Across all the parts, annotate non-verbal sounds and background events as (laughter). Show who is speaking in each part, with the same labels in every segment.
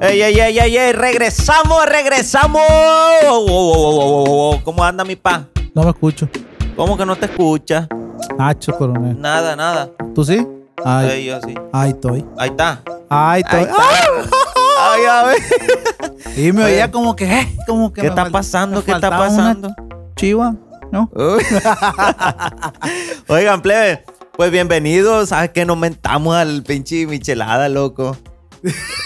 Speaker 1: ¡Ey, ey, ey, ey, ey! ¡Regresamos, regresamos! Oh, oh, oh, ¿Cómo anda mi pa?
Speaker 2: No me escucho.
Speaker 1: ¿Cómo que no te escuchas?
Speaker 2: Nacho, coronel.
Speaker 1: Nada, nada.
Speaker 2: ¿Tú sí?
Speaker 1: Ey,
Speaker 2: Ay,
Speaker 1: yo sí.
Speaker 2: ay, estoy.
Speaker 1: Ahí está.
Speaker 2: Ay,
Speaker 1: Ahí
Speaker 2: estoy.
Speaker 1: está. Ay, a ver.
Speaker 2: Y me
Speaker 1: Oye.
Speaker 2: veía como que, eh, como que.
Speaker 1: ¿Qué
Speaker 2: me
Speaker 1: está
Speaker 2: fal-
Speaker 1: pasando?
Speaker 2: me
Speaker 1: ¿Qué está
Speaker 2: faltaba una
Speaker 1: pasando?
Speaker 2: Chiva, ¿no? (laughs)
Speaker 1: Uy. Oigan, plebe, pues bienvenidos. Sabes que nos mentamos al pinche michelada,
Speaker 2: (laughs)
Speaker 1: loco.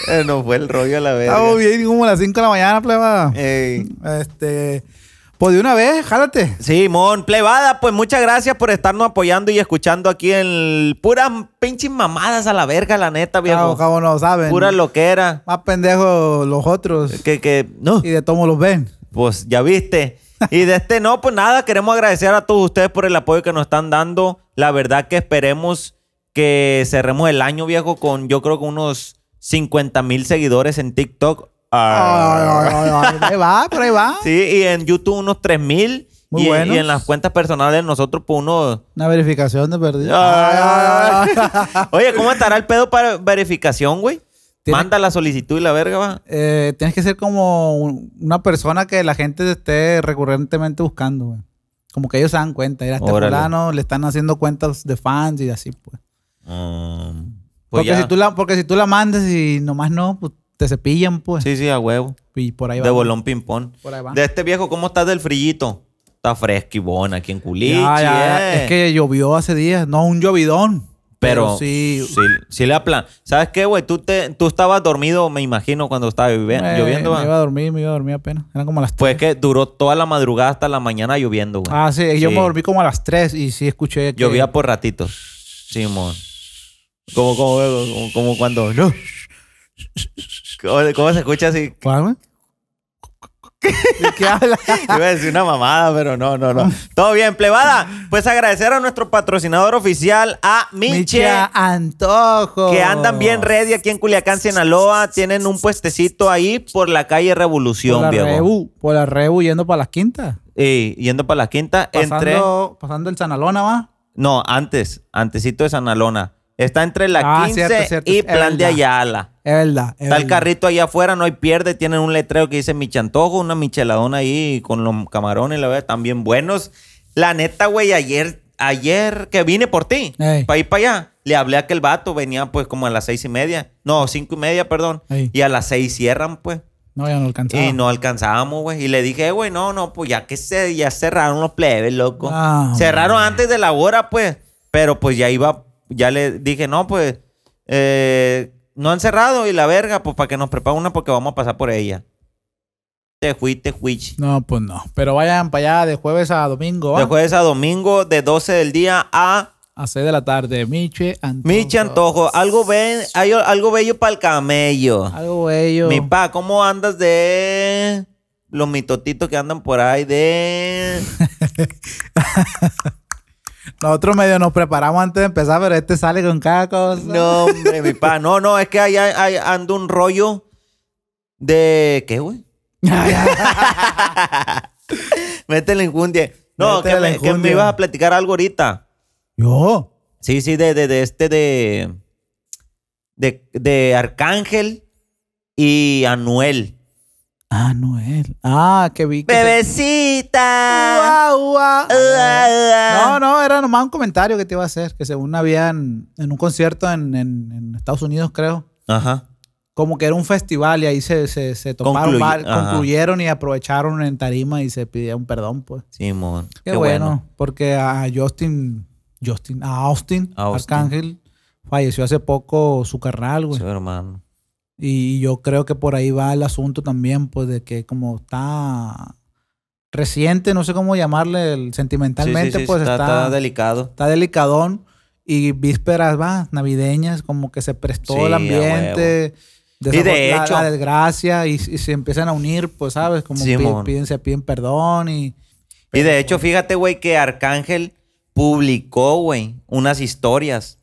Speaker 1: Eh, Nos fue el rollo a la verga.
Speaker 2: Estaba bien como a las 5 de la mañana, pleba.
Speaker 1: Eh. Ey.
Speaker 2: Este. Pues de una vez, jálate.
Speaker 1: Simón, plebada, pues muchas gracias por estarnos apoyando y escuchando aquí en el- puras pinches mamadas a la verga, la neta, viejo.
Speaker 2: Cabo, cabo, no saben.
Speaker 1: Pura loquera.
Speaker 2: Más pendejos los otros.
Speaker 1: Que, que, no,
Speaker 2: Y de todos los ven.
Speaker 1: pues ya viste. Y de este no, pues nada, queremos agradecer a todos ustedes por el apoyo que nos están dando. La verdad que esperemos que cerremos el año, viejo, con yo creo que unos 50 mil seguidores en TikTok. Ah.
Speaker 2: Ay, ay, ay, ay. Ahí va, por ahí va.
Speaker 1: Sí, y en YouTube unos 3 mil.
Speaker 2: Muy
Speaker 1: Y, en-
Speaker 2: buenos.
Speaker 1: y en las cuentas personales de nosotros, pues unos
Speaker 2: Una verificación de perdida.
Speaker 1: Ay, ay, ay. Oye, (laughs) ¿cómo estará el pedo para verificación, güey?
Speaker 2: Tiene-
Speaker 1: Manda la solicitud y la verga, va.
Speaker 2: Eh, tienes que ser como un- una persona que la gente te esté recurrentemente buscando, güey. Como que ellos se dan cuenta. Mira, este
Speaker 1: Órale.
Speaker 2: fulano le están haciendo cuentas de fans y así, pues.
Speaker 1: Mm, pues
Speaker 2: Porque
Speaker 1: ya.
Speaker 2: si, tú la, porque si tú la mandas y nomás no, pues te cepillan, pues.
Speaker 1: Sí, sí, a huevo.
Speaker 2: Y por ahí va.
Speaker 1: De bolón ping-pong.
Speaker 2: Por ahí va.
Speaker 1: De este viejo, ¿cómo estás del frillito? Está fresquibón aquí en Culichi,
Speaker 2: Ya, ya,
Speaker 1: eh.
Speaker 2: Es que llovió hace días. No, un llovidón.
Speaker 1: Pero,
Speaker 2: sí.
Speaker 1: sí, sí le aplan. ¿Sabes qué, güey? Tú, te- tú estabas dormido, me imagino, cuando estaba vive-
Speaker 2: eh,
Speaker 1: lloviendo,
Speaker 2: Me
Speaker 1: va.
Speaker 2: iba a dormir, me iba a dormir apenas. Eran como las
Speaker 1: Pues es que duró toda la madrugada hasta la mañana lloviendo, güey.
Speaker 2: Ah, sí, yo
Speaker 1: Sí.
Speaker 2: me dormí como a las 3 y sí escuché que...
Speaker 1: Llovía por ratitos. Simón. Como, como, como, como cuando. No. ¿Cómo, cómo se escucha así?
Speaker 2: ¿Cuál, güey? ¿De qué habla?
Speaker 1: Iba a decir una mamada, pero no, no, no. Todo bien, plebada. Pues agradecer a nuestro patrocinador oficial, a Minche.
Speaker 2: Micha Antojo.
Speaker 1: Que andan bien ready aquí en Culiacán, Sinaloa. Tienen un puestecito ahí por la calle
Speaker 2: por la
Speaker 1: Revolución, viejo.
Speaker 2: Rebu, por la Rebu yendo para las quintas.
Speaker 1: Y yendo para la quinta, entre.
Speaker 2: Pasando, pasando el Sanalona, va.
Speaker 1: No, antes. Antesito de Sanalona. Está entre la
Speaker 2: Ah,
Speaker 1: 15
Speaker 2: cierto, cierto,
Speaker 1: y
Speaker 2: es
Speaker 1: Plan de
Speaker 2: verdad.
Speaker 1: Ayala.
Speaker 2: Es verdad. es
Speaker 1: Está el
Speaker 2: verdad.
Speaker 1: carrito allá afuera, no hay pierde. Tienen un letrero que dice Michantojo, una micheladona ahí con los camarones, la verdad, también buenos. La neta, güey, ayer, ayer que vine por ti,
Speaker 2: Ey.
Speaker 1: para ir para allá, le hablé a aquel vato, venía pues como a las seis y media, no, cinco y media, perdón,
Speaker 2: Ey.
Speaker 1: y a las seis cierran, pues.
Speaker 2: No, ya no alcanzaba.
Speaker 1: Y no alcanzábamos, güey. Y le dije, "Eh, güey, no, no, pues ya que se, ya cerraron los plebes, loco.
Speaker 2: Ah,
Speaker 1: cerraron antes de la hora, pues. Pero pues ya iba, ya le dije, no, pues, eh, no han cerrado y la verga, pues para que nos prepare una porque vamos a pasar por ella. Te fui, te fui.
Speaker 2: No, pues no. Pero vayan para allá de jueves a domingo, ¿va?
Speaker 1: De jueves a domingo, de 12 del día a
Speaker 2: A 6 de la tarde. Miche Antojo.
Speaker 1: Michi Antojo. Algo, ven, hay algo bello para el camello.
Speaker 2: Algo bello.
Speaker 1: Mi pa, ¿cómo andas de los mitotitos que andan por ahí de...
Speaker 2: Nosotros medio nos preparamos antes de empezar, pero este sale con cada cosa. (laughs)
Speaker 1: No, hombre, mi pa. No, no, es que allá hay- anda un rollo de. ¿Qué, güey? Métele injundia. No, que
Speaker 2: Métele
Speaker 1: me,
Speaker 2: la
Speaker 1: que me
Speaker 2: injundia.
Speaker 1: ibas a platicar algo ahorita.
Speaker 2: Yo.
Speaker 1: Sí, sí, de, de, de este de, de. de Arcángel y Anuel.
Speaker 2: Ah, Noel. Ah, que vi que. se-
Speaker 1: ¡Bebecita!
Speaker 2: Ua, ua.
Speaker 1: Ua, ua.
Speaker 2: No, no, era nomás un comentario que te iba a hacer, que según habían en un concierto en, en- en Estados Unidos, creo,
Speaker 1: Ajá.
Speaker 2: como que era un festival y ahí se, se, se toparon,
Speaker 1: Concluy-
Speaker 2: var-
Speaker 1: ajá.
Speaker 2: concluyeron y aprovecharon en tarima y se pidieron perdón, pues.
Speaker 1: Simón.
Speaker 2: Qué, bueno, porque a Justin, Justin, a Austin,
Speaker 1: A Austin.
Speaker 2: Arcángel, falleció hace poco su carnal, güey.
Speaker 1: Sí, hermano.
Speaker 2: Y yo creo que por ahí va el asunto también, pues de que como está reciente, no sé cómo llamarle, el-
Speaker 1: Sí, sí,
Speaker 2: sentimentalmente,
Speaker 1: sí,
Speaker 2: pues
Speaker 1: está,
Speaker 2: está,
Speaker 1: está delicado.
Speaker 2: está delicadón y vísperas, va, navideñas, como que se prestó
Speaker 1: Sí,
Speaker 2: el
Speaker 1: a
Speaker 2: ambiente.
Speaker 1: Y de
Speaker 2: la-
Speaker 1: hecho-
Speaker 2: La, desgracia y, y se empiezan a unir, pues, ¿sabes? Como
Speaker 1: Sí,
Speaker 2: pi-
Speaker 1: mon.
Speaker 2: piden, se piden perdón y...
Speaker 1: Y de hecho, fíjate, güey, que Arcángel publicó, güey, unas historias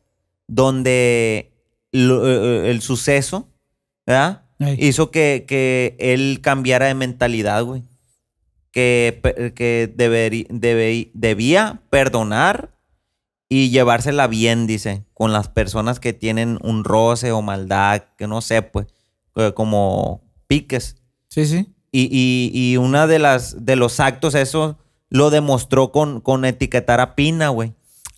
Speaker 1: donde lo- eh, eh, el suceso, ¿verdad?
Speaker 2: Ey.
Speaker 1: Hizo que, que él cambiara de mentalidad, güey. Que, pe- que deberi- debe- debía perdonar y llevársela bien, dice, con las personas que tienen un roce o maldad, que no sé, pues. eh, como piques.
Speaker 2: Sí, sí.
Speaker 1: Y, y, y una de las de los actos, eso lo demostró con, con etiquetar a Pina, güey.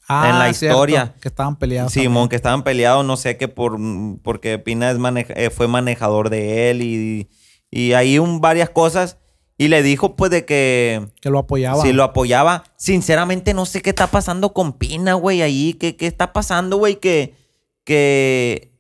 Speaker 2: Ah,
Speaker 1: En la
Speaker 2: cierto,
Speaker 1: historia.
Speaker 2: que estaban peleados.
Speaker 1: Simón, que estaban peleados, no sé qué, por, porque Pina es maneja- eh, fue manejador de él y, y ahí un, varias cosas. Y le dijo, pues, de que
Speaker 2: también, que lo apoyaban.
Speaker 1: si lo apoyaba. Sinceramente, no sé qué está pasando con Pina, güey, ahí. ¿Qué, qué está pasando, güey? Que, que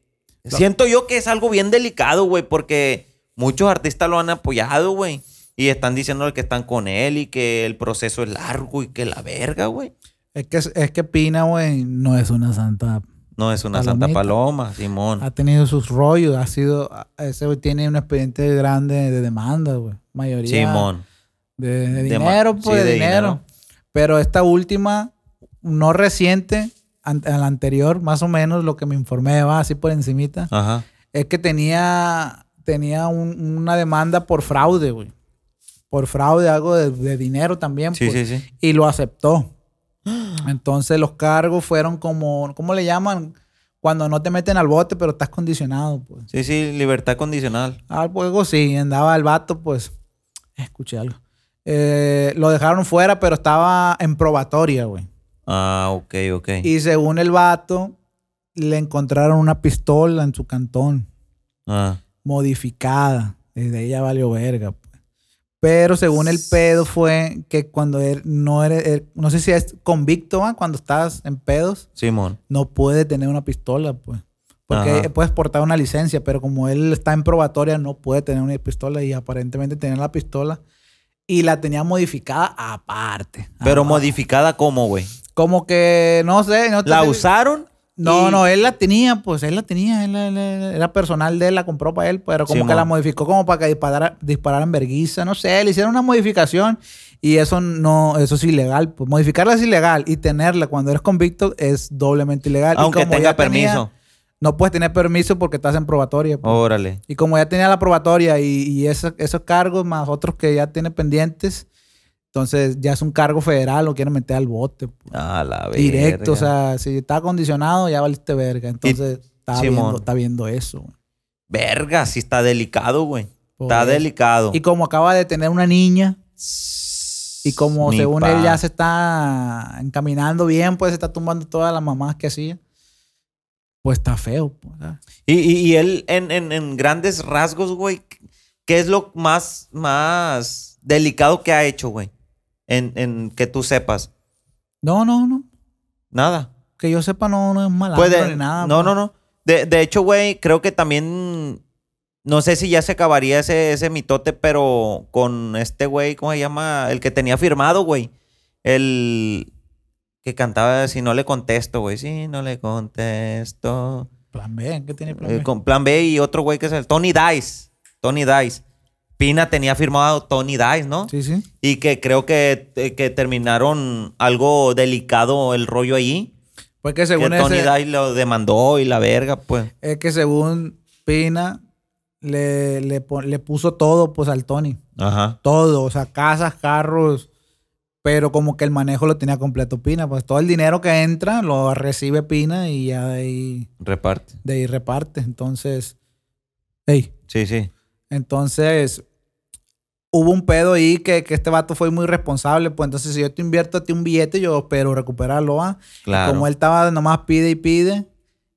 Speaker 1: siento yo que es algo bien delicado, güey, porque muchos artistas lo han apoyado, güey. Y están diciendo que están con él y que el proceso es largo y que la verga, güey.
Speaker 2: Es que, es que Pina, güey, no es una santa.
Speaker 1: No es una santa
Speaker 2: Palomita.
Speaker 1: paloma, Simón.
Speaker 2: Ha tenido sus rollos, ha sido. Ese güey tiene un expediente grande de demanda, güey. Mayoría.
Speaker 1: Simón.
Speaker 2: De, de
Speaker 1: De ma-
Speaker 2: dinero, pues,
Speaker 1: sí,
Speaker 2: de,
Speaker 1: de
Speaker 2: dinero.
Speaker 1: dinero.
Speaker 2: Pero esta última, no reciente, an- a la anterior, más o menos, lo que me informé, va así por encimita,
Speaker 1: Ajá.
Speaker 2: es que tenía, tenía un- una demanda por fraude, güey. Por fraude, algo de, de dinero también,
Speaker 1: Sí,
Speaker 2: pues.
Speaker 1: sí, sí.
Speaker 2: Y lo aceptó.
Speaker 1: (gasps)
Speaker 2: Entonces los cargos fueron como, ¿cómo le llaman? Cuando no te meten al bote, pero estás condicionado, pues.
Speaker 1: Sí, sí, libertad condicional.
Speaker 2: Algo sí, andaba el vato, pues. Escuché algo. Eh, lo dejaron fuera, pero estaba en probatoria, güey.
Speaker 1: Ah, ok, ok.
Speaker 2: Y según el vato, le encontraron una pistola en su cantón,
Speaker 1: Ah,
Speaker 2: modificada. Desde ahí ya valió verga. pues. Pero según el pedo fue que cuando él no eres, él- no sé si es convicto, ¿va? cuando estás en pedos,
Speaker 1: Simón.
Speaker 2: no puede tener una pistola, pues. Porque
Speaker 1: Ajá.
Speaker 2: puedes portar una licencia, pero como él está en probatoria, no puede tener una pistola y aparentemente tenía la pistola y la tenía modificada aparte.
Speaker 1: Pero
Speaker 2: Aparte.
Speaker 1: modificada cómo, güey.
Speaker 2: Como que, no sé. No te-
Speaker 1: La usaron.
Speaker 2: No,
Speaker 1: y-
Speaker 2: no, él la tenía, pues él la tenía. Él, él- él- era personal de él, la compró para él, pero como
Speaker 1: Sí,
Speaker 2: que la
Speaker 1: mo.
Speaker 2: modificó como para que disparara, dispararan verguiza, no sé. Le hicieron una modificación y eso no, eso es ilegal. Pues modificarla es ilegal y tenerla cuando eres convicto es doblemente ilegal. Y
Speaker 1: Aunque
Speaker 2: como
Speaker 1: tenga
Speaker 2: ya tenía-
Speaker 1: permiso. Oh.
Speaker 2: no puedes tener permiso porque estás en probatoria. pues.
Speaker 1: Órale.
Speaker 2: Y como ya tenía la probatoria y, y eso- esos cargos más otros que ya tiene pendientes, entonces ya es un cargo federal, lo quieren meter al bote. pues.
Speaker 1: A la verga.
Speaker 2: Directo, o sea, si está condicionado, ya valiste verga. Entonces está,
Speaker 1: Simón.
Speaker 2: viendo, está viendo eso. güey.
Speaker 1: Verga, sí está delicado, güey. Está
Speaker 2: Por-
Speaker 1: delicado.
Speaker 2: Y como acaba de tener una niña y como
Speaker 1: Ni
Speaker 2: según él
Speaker 1: pa.
Speaker 2: ya se está encaminando bien, pues se está tumbando todas las mamás que hacía, pues está feo. pues, ¿sabes?
Speaker 1: Y, y- y él, en, en- en grandes rasgos, güey, ¿qué es lo más, más delicado que ha hecho, güey? En, en que tú sepas.
Speaker 2: No, no, no.
Speaker 1: Nada.
Speaker 2: Que yo sepa, no, no es malandro
Speaker 1: Pues de-
Speaker 2: ni nada.
Speaker 1: No,
Speaker 2: pues.
Speaker 1: no, no. De, de hecho, güey, creo que también. No sé si ya se acabaría ese, ese mitote, pero con este güey, ¿cómo se llama? El que tenía firmado, güey. El que cantaba Si no le contesto, güey. Si no le contesto.
Speaker 2: Plan B, ¿qué tiene plan
Speaker 1: Eh,
Speaker 2: B?
Speaker 1: con Plan B y otro güey que es el Tony Dice. Tony Dice. Pina tenía firmado Tony Dice, ¿no?
Speaker 2: Sí, sí.
Speaker 1: Y que creo que, eh, que terminaron algo delicado el rollo ahí.
Speaker 2: Pues que
Speaker 1: Que
Speaker 2: según
Speaker 1: Tony
Speaker 2: ese-
Speaker 1: Dice lo demandó y la verga, pues.
Speaker 2: es que según Pina le, le, po- le puso todo pues al Tony.
Speaker 1: Ajá.
Speaker 2: Todo, o sea, casas, carros, pero como que el manejo lo tenía completo Pina. Pues todo el dinero que entra lo recibe Pina y ya de ahí,
Speaker 1: Reparte.
Speaker 2: de ahí reparte. Entonces, ey,
Speaker 1: Sí, sí.
Speaker 2: Entonces, hubo un pedo ahí que, que este vato fue muy responsable. Pues entonces, si yo te invierto a ti un billete, yo espero recuperarlo. ¿va?
Speaker 1: Claro.
Speaker 2: Como él estaba nomás pide y pide,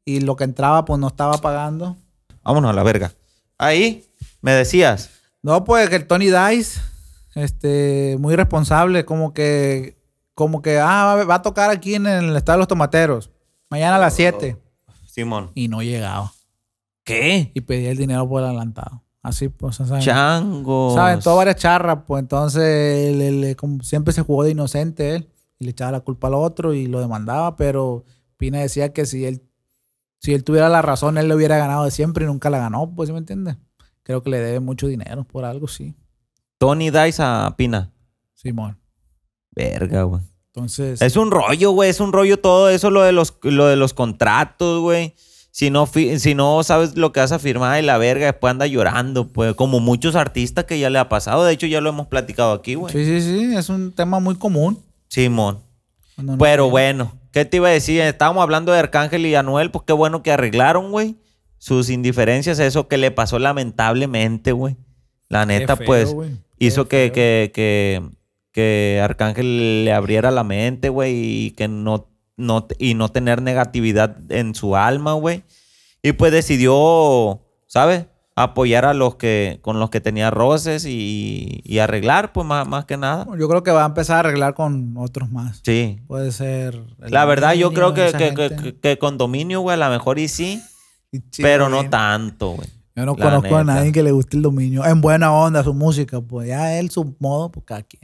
Speaker 2: y lo que entraba, pues no estaba pagando.
Speaker 1: Vámonos a la verga. Ahí me decías.
Speaker 2: No, pues que el Tony Dice, este, muy responsable, como que, como que, ah, va a- va a tocar aquí en el estado de los tomateros, mañana a las 7.
Speaker 1: Simón.
Speaker 2: Y no llegaba.
Speaker 1: ¿Qué?
Speaker 2: Y pedía el dinero por adelantado. Así, pues, o sea,
Speaker 1: Chango.
Speaker 2: Saben, todo varias charras, pues entonces él- él, eh, como siempre se jugó de inocente él y le echaba la culpa al otro y lo demandaba, pero Pina decía que si él, si él tuviera la razón, él le hubiera ganado de siempre y nunca la ganó, pues ¿sí me entiendes? Creo que le debe mucho dinero por algo, sí,
Speaker 1: Tony Dice a Pina.
Speaker 2: Simón.
Speaker 1: Verga, güey.
Speaker 2: Entonces,
Speaker 1: Es un rollo, güey. Es un rollo todo eso, lo de los, lo de los contratos, güey. Si no, fi- si no sabes lo que vas a firmar y la verga, después anda llorando, pues. Como muchos artistas que ya le ha pasado. De hecho, ya lo hemos platicado aquí, güey.
Speaker 2: sí, sí, sí, es un tema muy común.
Speaker 1: Simón.
Speaker 2: Cuando no-
Speaker 1: Pero bueno, ¿qué te iba a decir? Estábamos hablando de Arcángel y Anuel, pues qué bueno que arreglaron, güey. sus indiferencias, eso que le pasó lamentablemente, güey. La
Speaker 2: Qué
Speaker 1: neta,
Speaker 2: feo,
Speaker 1: pues,
Speaker 2: güey. Qué
Speaker 1: hizo que,
Speaker 2: feo.
Speaker 1: que, que, que Arcángel le abriera la mente, güey, y que no, no, y no tener negatividad en su alma, güey. Y pues decidió, ¿sabes? Apoyar a los que, con los que tenía roces y, y arreglar, pues, más, más que nada.
Speaker 2: Yo creo que va a empezar a arreglar con otros más.
Speaker 1: Sí.
Speaker 2: Puede ser. el
Speaker 1: La verdad, yo creo
Speaker 2: dominio,
Speaker 1: que,
Speaker 2: esa
Speaker 1: que, que,
Speaker 2: gente.
Speaker 1: que- que condominio, güey, a lo mejor y sí,
Speaker 2: Sí,
Speaker 1: pero
Speaker 2: güey.
Speaker 1: no tanto, güey.
Speaker 2: Yo no
Speaker 1: la
Speaker 2: conozco
Speaker 1: neta.
Speaker 2: a nadie que le guste el dominio. En buena onda, su música, pues ya él, su modo, pues cada quien.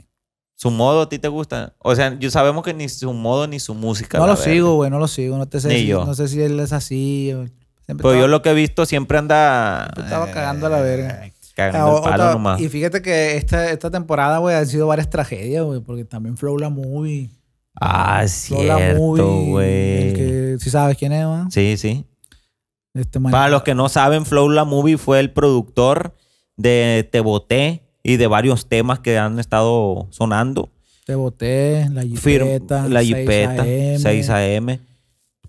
Speaker 1: Su modo a ti te gusta. O sea, yo sabemos que ni su modo ni su música.
Speaker 2: No
Speaker 1: la
Speaker 2: lo
Speaker 1: verga.
Speaker 2: sigo, güey, no lo sigo. No te sé
Speaker 1: Ni
Speaker 2: si,
Speaker 1: yo.
Speaker 2: no sé si él es así. o- Siempre
Speaker 1: Pero yo
Speaker 2: estaba-
Speaker 1: lo que he visto siempre anda. eh,
Speaker 2: estaba cagando a la verga.
Speaker 1: Cagando
Speaker 2: Ah,
Speaker 1: el palo
Speaker 2: otra-
Speaker 1: nomás.
Speaker 2: Y fíjate que esta, esta temporada, güey, han sido varias tragedias, güey, porque también Flow la Movie.
Speaker 1: Ah,
Speaker 2: Flow la
Speaker 1: cierto,
Speaker 2: El
Speaker 1: güey.
Speaker 2: que, si sabes quién es, güey.
Speaker 1: Sí, sí.
Speaker 2: Este man-
Speaker 1: Para los que no saben, Flow La Movie fue el productor de Te Boté y de varios temas que han estado sonando.
Speaker 2: Te boté, la
Speaker 1: Fir-
Speaker 2: jipeta.
Speaker 1: la Jipeta,
Speaker 2: 6
Speaker 1: 6 AM.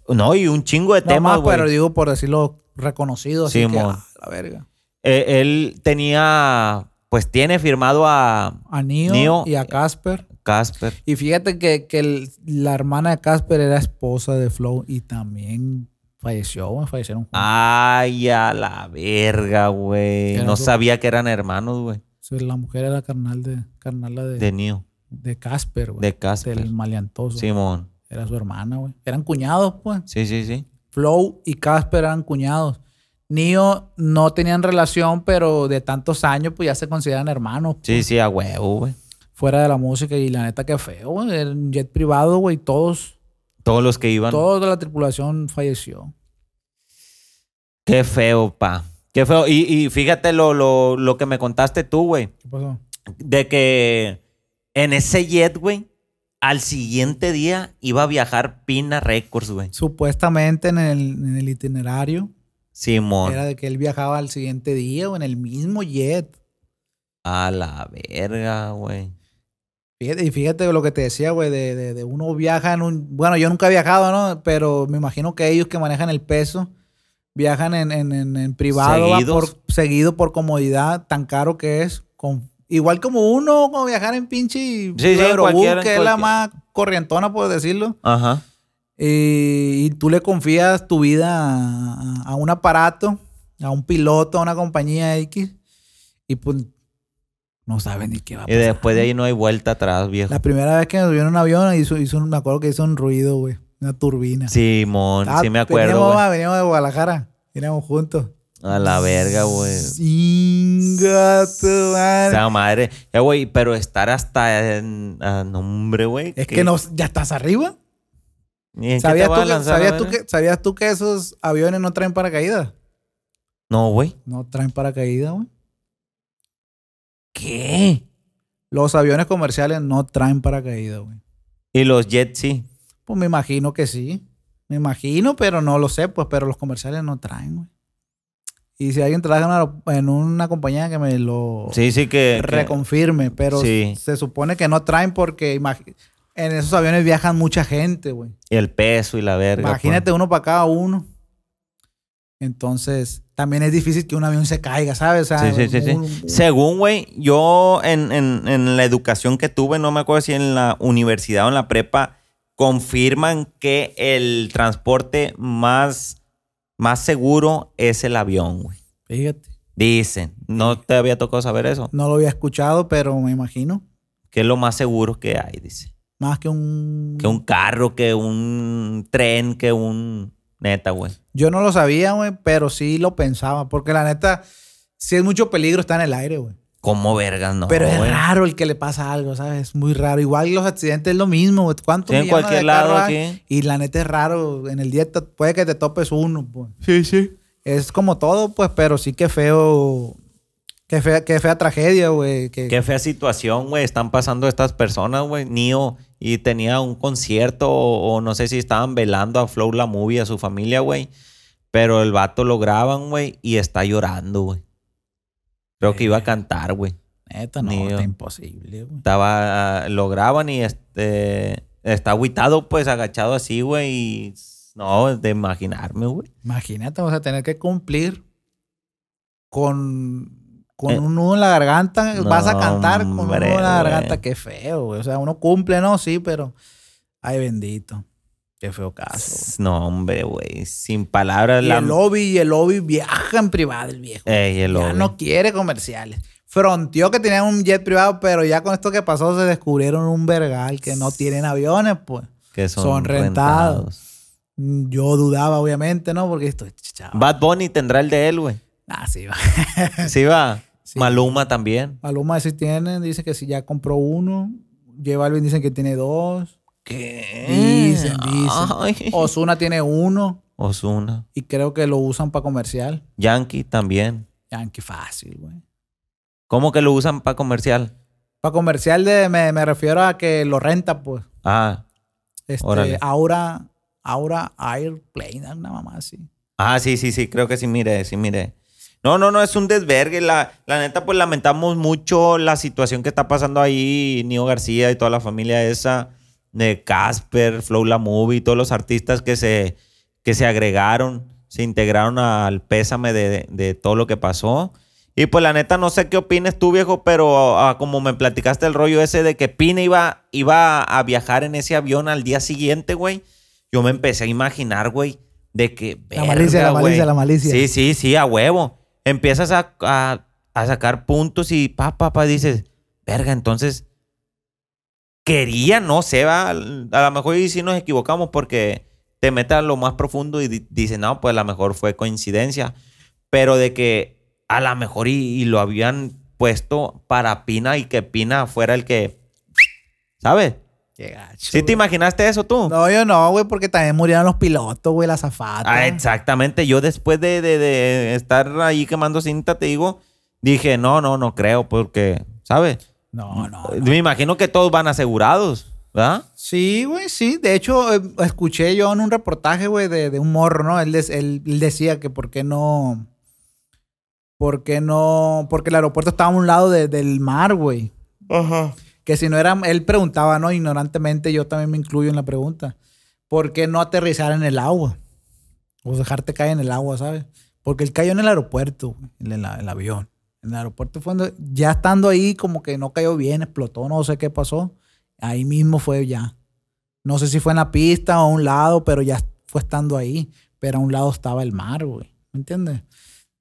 Speaker 1: No, y un chingo de
Speaker 2: No
Speaker 1: temas,
Speaker 2: más,
Speaker 1: güey.
Speaker 2: pero digo por decirlo reconocido, así que,
Speaker 1: Simón.
Speaker 2: ah, la verga.
Speaker 1: Eh, él tenía, pues tiene firmado a
Speaker 2: A Neo,
Speaker 1: Neo. eh.
Speaker 2: y a Casper.
Speaker 1: Casper.
Speaker 2: Y fíjate que, que el- la hermana de Casper era esposa de Flow y también falleció, güey, fallecieron juntos.
Speaker 1: Ah. Ay, a la verga, güey.
Speaker 2: Eran
Speaker 1: No
Speaker 2: dos.
Speaker 1: sabía que eran hermanos, güey.
Speaker 2: Sí, la mujer era carnal de, carnal de,
Speaker 1: De Neo,
Speaker 2: de Casper, güey.
Speaker 1: de Casper.
Speaker 2: Del maleantoso.
Speaker 1: Simón.
Speaker 2: Era su hermana, güey. Eran cuñados, pues.
Speaker 1: Sí, sí, sí.
Speaker 2: Flow y Casper eran cuñados. Nio no tenían relación, pero de tantos años, pues ya se consideran hermanos.
Speaker 1: Sí, sí, a huevo, güey.
Speaker 2: Fuera de la música, y la neta, que feo, güey. Era un jet privado, güey. Todos,
Speaker 1: Todos los que iban.
Speaker 2: toda la tripulación falleció.
Speaker 1: Qué feo, pa. Qué feo. Y, y fíjate lo, lo, lo que me contaste tú, güey.
Speaker 2: ¿Qué pasó?
Speaker 1: De que en ese jet, güey, al siguiente día iba a viajar Pina Records, güey.
Speaker 2: Supuestamente en el, en el itinerario
Speaker 1: Simón.
Speaker 2: era de que él viajaba al siguiente día o en el mismo jet.
Speaker 1: A la verga, güey.
Speaker 2: Fíjate- y fíjate lo que te decía, güey, de, de- de uno viaja en un... Bueno, yo nunca he viajado, ¿no? Pero me imagino que ellos que manejan el peso viajan en, en- en- en privado, va
Speaker 1: Seguidos.
Speaker 2: por- seguido por comodidad, tan caro que es. con- igual como uno, como viajar en pinche
Speaker 1: sí, en
Speaker 2: Eurobús,
Speaker 1: cualquiera, en
Speaker 2: que es la
Speaker 1: cualquiera.
Speaker 2: más corrientona, por decirlo.
Speaker 1: Ajá.
Speaker 2: Y, y tú le confías tu vida a, a un aparato, a un piloto, a una compañía X, y pues no saben ni qué va a
Speaker 1: Y
Speaker 2: pasar.
Speaker 1: después de ahí no hay vuelta atrás, viejo.
Speaker 2: La primera vez que me subí en un avión, hizo, hizo un- me acuerdo que hizo un ruido, güey. Una turbina.
Speaker 1: Simón,
Speaker 2: Ah,
Speaker 1: sí me acuerdo,
Speaker 2: Veníamos,
Speaker 1: güey.
Speaker 2: ah, veníamos de Guadalajara. Veníamos juntos.
Speaker 1: A la verga, güey.
Speaker 2: Chinga tu
Speaker 1: O
Speaker 2: madre.
Speaker 1: sea, madre. Eh, güey, pero estar hasta en... a nombre, güey.
Speaker 2: Es que no, ya estás arriba.
Speaker 1: ¿Y en qué te
Speaker 2: ¿Sabías, tú
Speaker 1: vas a
Speaker 2: que,
Speaker 1: lanzar,
Speaker 2: sabías
Speaker 1: a
Speaker 2: tú
Speaker 1: ver?
Speaker 2: que, sabías tú que esos aviones no traen paracaídas?
Speaker 1: No, güey.
Speaker 2: No traen paracaídas, güey.
Speaker 1: ¿Qué?
Speaker 2: Los aviones comerciales no traen paracaídas, güey.
Speaker 1: Y los jets sí.
Speaker 2: Pues me imagino que sí. Me imagino, pero no lo sé, pues, pero los comerciales no traen, güey. Y si alguien trabaja en una, en una compañía que me lo
Speaker 1: Sí, sí que... que-
Speaker 2: reconfirme, pero
Speaker 1: Sí.
Speaker 2: se supone que no traen porque imagi- en esos aviones viajan mucha gente, güey.
Speaker 1: y el peso y la verga.
Speaker 2: Imagínate uno para cada uno. Entonces, también es difícil que un avión se caiga, ¿sabes? O sea,
Speaker 1: pues. Sí, sí, sí, sí.
Speaker 2: un- un-
Speaker 1: Según, güey, yo en, en- en la educación que tuve, no me acuerdo si en la universidad o en la prepa, confirman que el transporte más, más seguro es el avión, güey.
Speaker 2: Fíjate,
Speaker 1: Dicen. ¿No te había tocado saber eso?
Speaker 2: no lo había escuchado, pero me imagino.
Speaker 1: Que es lo más seguro que hay, dice.
Speaker 2: Más que un...
Speaker 1: Que un carro, que un tren, que un... Neta, güey.
Speaker 2: Yo no lo sabía, güey, pero sí lo pensaba. Porque la neta, si es mucho peligro, está en el aire, güey.
Speaker 1: ¿Cómo vergas no,
Speaker 2: Pero es
Speaker 1: güey?
Speaker 2: raro el que le pasa algo, ¿sabes? Es muy raro. Igual los accidentes es lo mismo, güey. ¿Cuántos
Speaker 1: Sí, en
Speaker 2: millones
Speaker 1: cualquier
Speaker 2: de ah. carros
Speaker 1: lado
Speaker 2: hay?
Speaker 1: aquí.
Speaker 2: Y la neta es raro. En el día te- puede que te topes uno, pues. Sí, sí. Es como todo, pues, pero sí que feo. Qué fea, qué fea tragedia, güey. Que,
Speaker 1: Qué fea situación, güey. Están pasando estas personas, güey. Nio y tenía un concierto o, o no sé si estaban velando a Flow la movie, a su familia, güey. Pero el vato lo graban, güey, y está llorando, güey. Creo que
Speaker 2: Eh.
Speaker 1: iba a cantar, güey.
Speaker 2: neta, no,
Speaker 1: Ni yo.
Speaker 2: está imposible, güey.
Speaker 1: Estaba, lo graban y este, está agüitado, pues, agachado así, güey. Y No, de imaginarme, güey.
Speaker 2: Imagínate, vas a tener que cumplir con, con un nudo en la garganta. vas a
Speaker 1: Eh, no,
Speaker 2: cantar con un nudo
Speaker 1: hombre,
Speaker 2: en la garganta.
Speaker 1: güey.
Speaker 2: Qué feo, güey. O sea, uno cumple, ¿no? Sí, pero. Ay, bendito. Qué feo caso. güey.
Speaker 1: No, hombre, güey. Sin palabras.
Speaker 2: Y
Speaker 1: la...
Speaker 2: el lobby, y el lobby viaja en privado el viejo.
Speaker 1: Ey, el
Speaker 2: Ya
Speaker 1: lobby.
Speaker 2: no quiere comerciales. Fronteó que tenían un jet privado, pero ya con esto que pasó se descubrieron un vergal que no tienen aviones, pues.
Speaker 1: Que son,
Speaker 2: son rentados.
Speaker 1: rentados.
Speaker 2: Mm, Yo dudaba, obviamente, ¿no? Porque esto es chavo.
Speaker 1: Bad Bunny tendrá el de él, güey.
Speaker 2: Ah, sí, va.
Speaker 1: (laughs) Sí va.
Speaker 2: Sí.
Speaker 1: Maluma también.
Speaker 2: Maluma sí tiene, dice que si ya compró uno. J Balvin dicen que tiene dos.
Speaker 1: ¿Qué? Ah.
Speaker 2: Dicen, dicen. Osuna tiene uno
Speaker 1: Osuna.
Speaker 2: y creo que lo usan para comercial.
Speaker 1: Yankee también.
Speaker 2: Yankee fácil, güey.
Speaker 1: ¿Cómo que lo usan para comercial?
Speaker 2: Para comercial de, me, me refiero a que lo renta, pues.
Speaker 1: Ah. Órale.
Speaker 2: Este, Aura, Aura Airplane, una mamá así.
Speaker 1: Ah, sí, sí, sí. Creo que sí, mire, sí, mire. No, no, no, es un desvergue. La, la neta, pues lamentamos mucho la situación que está pasando ahí, Nio García y toda la familia esa, de Casper, Flow La Movie, todos los artistas que se, que se agregaron, se integraron al pésame de, de todo lo que pasó. Y pues la neta, no sé qué opines tú, viejo, pero ah, como me platicaste el rollo ese de que Pine iba, iba a viajar en ese avión al día siguiente, güey, yo me empecé a imaginar, güey, de que...
Speaker 2: La malicia, la
Speaker 1: güey.
Speaker 2: malicia, la malicia.
Speaker 1: Sí, sí, sí, a huevo. Empiezas a, a- a sacar puntos y pa, pa, pa, dices, verga, entonces quería, no sé, va, a lo mejor y si nos equivocamos porque te metes a lo más profundo y di- dices, no, pues a lo mejor fue coincidencia, pero de que a lo mejor y, y lo habían puesto para Pina y que Pina fuera el que, ¿sabes?
Speaker 2: Qué gacho,
Speaker 1: ¿Sí te
Speaker 2: güey.
Speaker 1: imaginaste eso tú?
Speaker 2: No, yo no, güey, porque también murieron los pilotos, güey, la zafata.
Speaker 1: Ah, exactamente. Yo después de, de- de estar ahí quemando cinta, te digo, dije, no, no, no creo, porque, ¿sabes?
Speaker 2: No, no.
Speaker 1: Me imagino que todos van asegurados, ¿verdad?
Speaker 2: Sí, güey, sí. De hecho, eh, escuché yo en un reportaje, güey, de, de un morro, ¿no? Él, des- él- él decía que por qué no. ¿Por qué no? Porque el aeropuerto estaba a un lado de- del mar, güey.
Speaker 1: Ajá.
Speaker 2: Que si no era. Él preguntaba, ¿no? Ignorantemente, yo también me incluyo en la pregunta. ¿Por qué no aterrizar en el agua? O dejarte caer en el agua, ¿sabes? Porque él cayó en el aeropuerto, güey, en el, el avión. En el aeropuerto fue donde- Ya estando ahí, como que no cayó bien, explotó, no sé qué pasó. Ahí mismo fue ya. No sé si fue en la pista o a un lado, pero ya fue estando ahí. Pero a un lado estaba el mar, güey. ¿Me entiendes?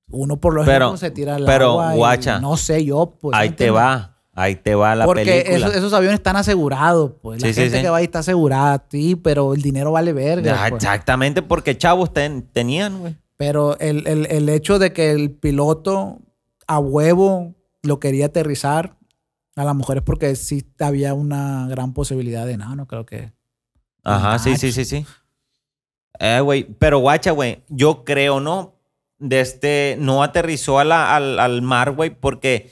Speaker 2: Uno por lo
Speaker 1: Pero-
Speaker 2: general se tira al
Speaker 1: pero,
Speaker 2: agua y
Speaker 1: guacha,
Speaker 2: no sé yo, pues.
Speaker 1: ahí
Speaker 2: ¿me
Speaker 1: te
Speaker 2: entiendes?
Speaker 1: va, ahí te va la
Speaker 2: Porque
Speaker 1: película.
Speaker 2: esos, esos aviones están asegurados, pues. La
Speaker 1: Sí, sí,
Speaker 2: gente
Speaker 1: sí.
Speaker 2: que va ahí está asegurada, sí, pero el dinero vale verga.
Speaker 1: Ah,
Speaker 2: pues.
Speaker 1: Exactamente, porque chavos ten- tenían, güey.
Speaker 2: Pero el, el- el hecho de que el piloto a huevo lo quería aterrizar, a las mujeres porque sí había una gran posibilidad de no, no creo que. Pues,
Speaker 1: Ajá, sí, sí, sí, sí. Eh, güey, pero guacha, güey, yo creo, ¿no? De este, no aterrizó a la- al, al mar, güey, porque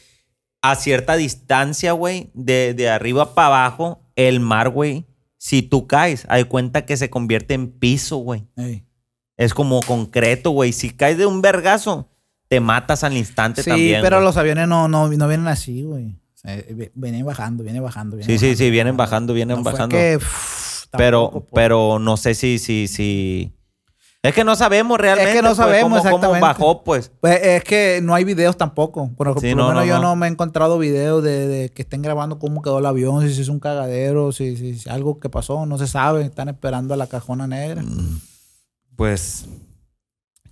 Speaker 1: a cierta distancia, güey, de, de arriba para abajo, el mar, güey, si tú caes, hay cuenta que se convierte en piso, güey.
Speaker 2: Ey.
Speaker 1: Es como concreto, güey. Si caes de un vergazo, te matas al instante
Speaker 2: Sí,
Speaker 1: también.
Speaker 2: pero
Speaker 1: güey.
Speaker 2: los aviones no, no, no vienen así, güey. Eh, vi- Vienen bajando, vienen bajando. Vienen
Speaker 1: Sí, sí, sí, vienen
Speaker 2: bajando.
Speaker 1: bajando, vienen
Speaker 2: No fue
Speaker 1: bajando.
Speaker 2: que, pff,
Speaker 1: pero,
Speaker 2: tampoco, pues.
Speaker 1: pero no sé si, si, si. Es que no sabemos realmente.
Speaker 2: no
Speaker 1: pues,
Speaker 2: sabemos
Speaker 1: cómo, cómo
Speaker 2: exactamente.
Speaker 1: bajó, pues.
Speaker 2: Pues es que no hay videos tampoco. Por ejemplo,
Speaker 1: Sí,
Speaker 2: por
Speaker 1: no,
Speaker 2: lo menos
Speaker 1: no,
Speaker 2: yo
Speaker 1: no.
Speaker 2: no. me he encontrado videos de, de que estén grabando cómo quedó el avión, si es un cagadero, si, si, si algo que pasó, no se sabe. Están esperando a la cajona
Speaker 1: Mm,
Speaker 2: negra.
Speaker 1: Pues.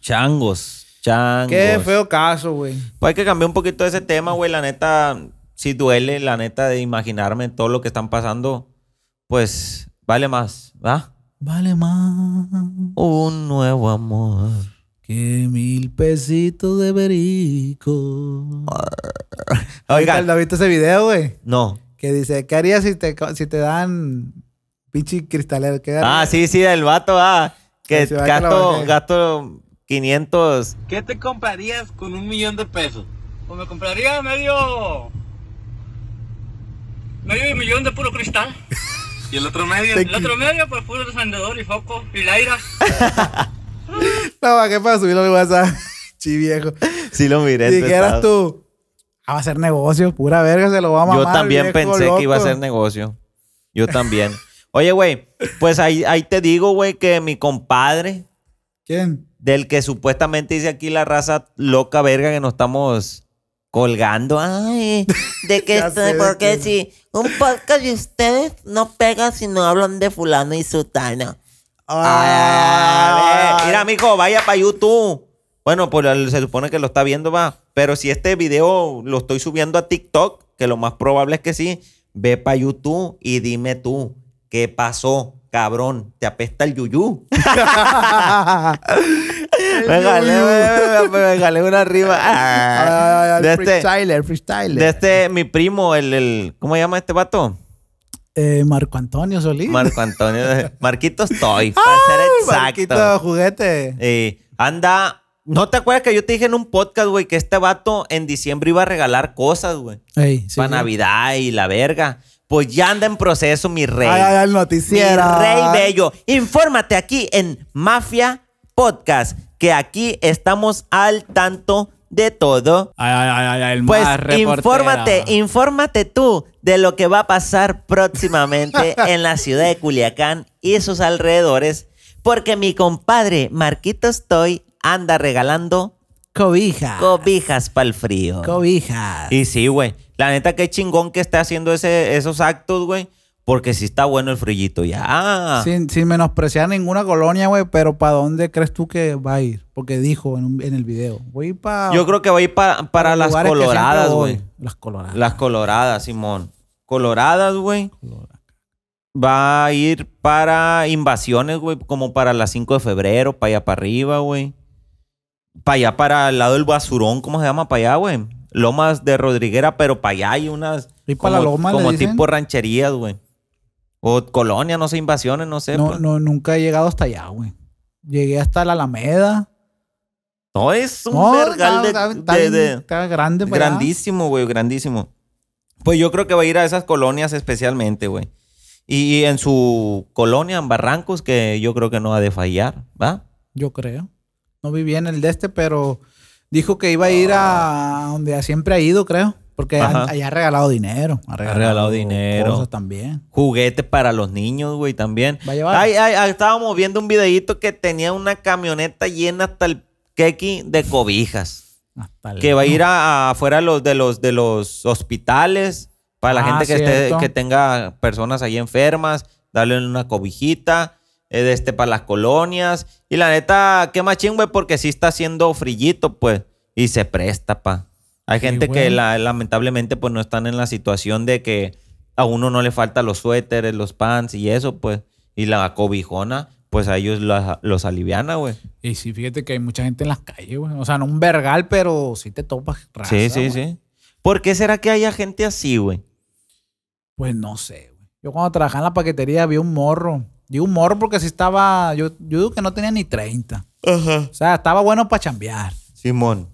Speaker 1: Changos. Changos.
Speaker 2: Qué feo caso, güey.
Speaker 1: Pues hay que cambiar un poquito ese tema, güey. La neta, sí duele, la neta, de imaginarme todo lo que están pasando. Pues vale más, ¿va?
Speaker 2: Vale más
Speaker 1: Un nuevo amor.
Speaker 2: que mil pesitos de berico. Oiga,
Speaker 1: Oiga,
Speaker 2: ¿no viste ese video, güey?
Speaker 1: no.
Speaker 2: Que dice, ¿qué harías si te, co- si te dan pinche cristalero? ¿Qué
Speaker 1: Ah,
Speaker 2: (laughs) harías?
Speaker 1: sí, sí, el vato, ah. Que
Speaker 2: Que se va, eh. que la
Speaker 1: gasto,
Speaker 2: bajé.
Speaker 1: gasto 500.
Speaker 3: ¿Qué te comprarías con un millón de pesos? Pues me compraría medio. medio millón de puro cristal. ¿Y el otro medio? El otro medio, pues puro desandador y foco y laira.
Speaker 2: No, ¿para qué para subirlo al WhatsApp? (laughs) Chi viejo.
Speaker 1: Sí, lo miré.
Speaker 2: Si
Speaker 1: este
Speaker 2: dijeras
Speaker 1: estado.
Speaker 2: tú, ah, va a ser negocio, pura verga, se lo vamos a mamar.
Speaker 1: Yo también
Speaker 2: viejo
Speaker 1: pensé que iba a
Speaker 2: loco".
Speaker 1: ser negocio. Yo también. Oye, güey, pues ahí, ahí te digo, güey, que mi compadre,
Speaker 2: ¿Quién?
Speaker 1: del que supuestamente dice aquí la raza loca verga que nos estamos colgando. Ay,
Speaker 2: (laughs)
Speaker 4: de que
Speaker 2: Ya
Speaker 4: esto-
Speaker 2: sé de
Speaker 4: porque
Speaker 2: quién.
Speaker 4: si un podcast de ustedes no pega si no hablan de fulano y sutana.
Speaker 1: A ver,
Speaker 2: Ah,
Speaker 1: Mira, mijo, vaya para YouTube. Bueno, pues el- se supone que lo está viendo, va. Pero si este video lo estoy subiendo a TikTok, que lo más probable es que sí, ve para YouTube y dime tú, ¿qué pasó, cabrón? ¿Te apesta el
Speaker 2: (laughs)
Speaker 1: yuyú? (laughs) me jalé, me- me- me jalé pues, una arriba. Ah.
Speaker 2: Ay, ay,
Speaker 1: de,
Speaker 2: ay,
Speaker 1: este,
Speaker 2: freestyler, freestyler.
Speaker 1: de este, mi primo, el, el- ¿cómo se llama este vato?
Speaker 2: Eh, Marco Antonio Solís. Uh,
Speaker 1: Marco Antonio.
Speaker 2: (laughs)
Speaker 1: Marquito estoy, para ser exacto.
Speaker 2: Marquito Juguete.
Speaker 1: Eh, anda. ¿No te acuerdas que yo te dije en un podcast, güey, que este vato en diciembre iba a regalar cosas, güey?
Speaker 2: Ey, sí,
Speaker 1: para
Speaker 2: sí.
Speaker 1: Navidad y la verga. Pues ya anda en proceso, mi rey.
Speaker 2: Ay, ay, ay, el
Speaker 1: mi
Speaker 2: noticiero.
Speaker 1: rey bello. Infórmate aquí en Mafia Podcast, que aquí estamos al tanto de todo.
Speaker 5: Ay, ay, ay, ay, el
Speaker 1: Pues
Speaker 5: más reportero.
Speaker 1: infórmate, infórmate tú de lo que va a
Speaker 5: (laughs)
Speaker 1: pasar próximamente en la ciudad de Culiacán y sus alrededores, porque mi compadre Marquito Stoy anda regalando
Speaker 5: Ah.
Speaker 2: Cobija.
Speaker 1: cobijas para el frío.
Speaker 2: Cobija.
Speaker 1: y sí, güey. La neta, qué chingón que esté haciendo ese, esos actos, güey. Porque sí está bueno el frillito ya.
Speaker 2: Sin, sin menospreciar ninguna colonia, güey, pero ¿para dónde crees tú que va a ir? Porque dijo en, un- en el video. Voy para...
Speaker 1: Yo creo que va a ir pa- para las coloradas, güey.
Speaker 2: Las coloradas.
Speaker 1: Las coloradas, Simón. Coloradas, güey. Va a ir para invasiones, güey, como para las 5 de febrero, para allá para arriba, güey. Para allá, para el lado del basurón, ¿cómo se llama? Para allá, güey. Lomas de Rodriguera, pero para allá hay unas.
Speaker 2: Y pa' la
Speaker 1: como-
Speaker 2: loma, le
Speaker 1: Como
Speaker 2: dicen.
Speaker 1: tipo rancherías, güey. O colonia, no sé, invasiones, no sé.
Speaker 2: No,
Speaker 1: pues.
Speaker 2: no, nunca he llegado hasta allá, güey. Llegué hasta la Alameda.
Speaker 1: No, es un
Speaker 2: No,
Speaker 1: vergal de-
Speaker 2: está- está
Speaker 1: de-
Speaker 2: bien-
Speaker 1: de,
Speaker 2: está grande, para allá.
Speaker 1: Grandísimo, güey, grandísimo. Pues yo creo que va a ir a esas colonias especialmente, güey. Y en su colonia, en Barrancos, que yo creo que no ha de fallar, ¿va?
Speaker 2: Yo creo. No vi bien el de este, pero dijo que iba a ir a donde siempre ha ido, creo. Porque
Speaker 1: Ajá.
Speaker 2: han- allá ha regalado dinero. Ha regalado,
Speaker 1: regalado dinero.
Speaker 2: Cosas también.
Speaker 1: Juguete para los niños, güey, también.
Speaker 2: Va a llevar.
Speaker 1: Ay, ay, ay, estábamos viendo un videíto que tenía una camioneta llena hasta el keki de cobijas.
Speaker 2: Hasta
Speaker 1: Que va a ir a- a- afuera de los, de los, de los hospitales para la
Speaker 2: Ah,
Speaker 1: gente que, esté,
Speaker 2: cierto.
Speaker 1: que tenga personas ahí enfermas, darle una cobijita, eh, de este, para las colonias. Y la neta, qué machín, güey, porque sí está haciendo frillito, pues, y se presta, pa. Hay
Speaker 2: Sí,
Speaker 1: gente que
Speaker 2: güey.
Speaker 1: la- lamentablemente, pues, no están en la situación de que a uno no le faltan los suéteres, los pants y eso, pues, y la cobijona, pues a ellos los, los aliviana, güey.
Speaker 2: Y sí, fíjate que hay mucha gente en las calles, güey. O sea, no un vergal, pero sí te topas. raza,
Speaker 1: Sí, sí,
Speaker 2: güey.
Speaker 1: sí. ¿Por qué será que haya gente así, güey?
Speaker 2: Pues no sé, güey. Yo cuando trabajaba en la paquetería vi un morro. Digo un morro porque sí estaba. Yo, yo digo que no tenía ni 30. O sea, estaba bueno para chambear.
Speaker 1: Simón.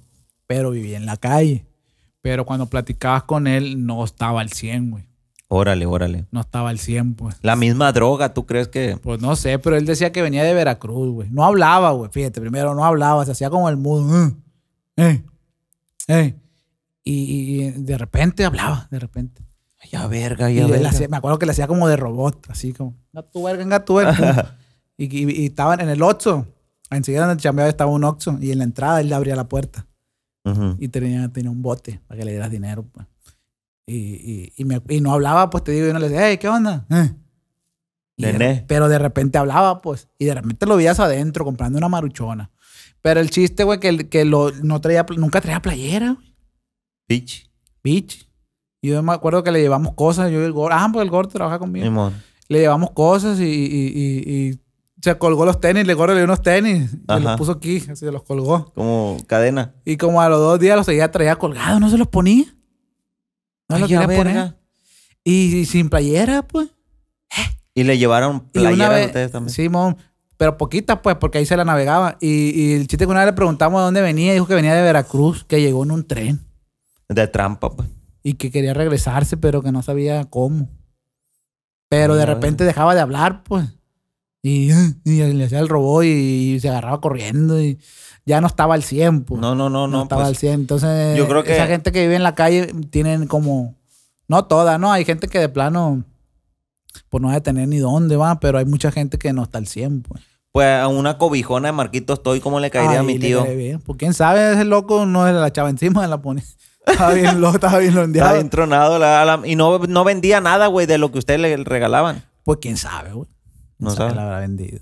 Speaker 2: pero vivía en la calle. Pero cuando platicabas con él, no estaba al 100, güey.
Speaker 1: Órale, órale.
Speaker 2: No estaba al 100, pues.
Speaker 1: La misma droga, ¿tú crees que?
Speaker 2: Pues no sé, pero él decía que venía de Veracruz, güey. No hablaba, güey. Fíjate, primero no hablaba, se hacía como el mudo. Eh, eh, eh. Y, y- y de repente hablaba, de repente.
Speaker 1: Ay, a verga,
Speaker 2: Y
Speaker 1: ay, a
Speaker 2: él
Speaker 1: verga.
Speaker 2: hacía- me acuerdo que le hacía como de robot, así como, venga tu verga, venga tu verga. y, y- y estaban en el 8. Enseguida en el chambeado estaba un Oxxo y en la entrada él le abría la puerta.
Speaker 1: Ujú.
Speaker 2: y tenía, tenía un bote para que le dieras dinero. pues. Y, y, y, me- y no hablaba, pues te digo, y no le decía, hey, ¿qué onda? Eh. Y de-
Speaker 1: Nené.
Speaker 2: pero de repente hablaba, pues, y de repente lo veías adentro comprando una maruchona. Pero el chiste, güey, que, el- que lo, no traía, pl- nunca traía playera, güey.
Speaker 1: Bitch.
Speaker 2: bitch. Y yo me acuerdo que le llevamos cosas, yo y el gordo, ah, pues el gordo trabaja conmigo.
Speaker 1: Simón.
Speaker 2: Le llevamos cosas y, y- y- y se colgó los tenis, le gordo le dio unos tenis, y
Speaker 1: Ajá.
Speaker 2: los puso aquí, así se los colgó.
Speaker 1: Como cadena.
Speaker 2: Y como a los dos días los seguía traía colgado, no se los ponía. No
Speaker 1: Ay,
Speaker 2: los
Speaker 1: a eh.
Speaker 2: quería
Speaker 1: verga.
Speaker 2: poner. Y, y sin playera, pues.
Speaker 1: Y le llevaron
Speaker 2: Y una
Speaker 1: playera a
Speaker 2: vez-
Speaker 1: ustedes también.
Speaker 2: Simón, pero poquita, pues, porque ahí se la navegaba. Y, y el chiste que una vez le preguntamos de dónde venía, dijo que venía de Veracruz, que llegó en un tren
Speaker 1: De trampa, pues.
Speaker 2: y que quería regresarse, pero que no sabía cómo. Pero de
Speaker 1: Mira,
Speaker 2: repente dejaba de hablar, pues. Y, y le hacía el robot y, se agarraba corriendo y ya no estaba al 100, pues.
Speaker 1: No, no, no,
Speaker 2: no,
Speaker 1: no.
Speaker 2: estaba
Speaker 1: pues.
Speaker 2: al 100. Entonces,
Speaker 1: yo creo que-
Speaker 2: esa gente que vive en la calle tienen como. No toda, ¿no? Hay gente que de plano pues no vas a tener ni dónde va, pero hay mucha gente que no está al 100, pues.
Speaker 1: Pues a una cobijona de Marquitos Toy, ¿cómo le caería a
Speaker 2: Ay,
Speaker 1: mi
Speaker 2: le
Speaker 1: tío?
Speaker 2: cae bien. Pues quién sabe, ese loco no es la chava encima, la pone. (laughs) Estaba bien loco, estaba bien
Speaker 1: Estaba
Speaker 2: londeado.
Speaker 1: bien tronado. la- la- y no, no vendía nada, güey, de lo que ustedes le regalaban.
Speaker 2: Pues quién sabe, güey.
Speaker 1: No
Speaker 2: No sabe.
Speaker 1: sabe.
Speaker 2: la habrá vendido.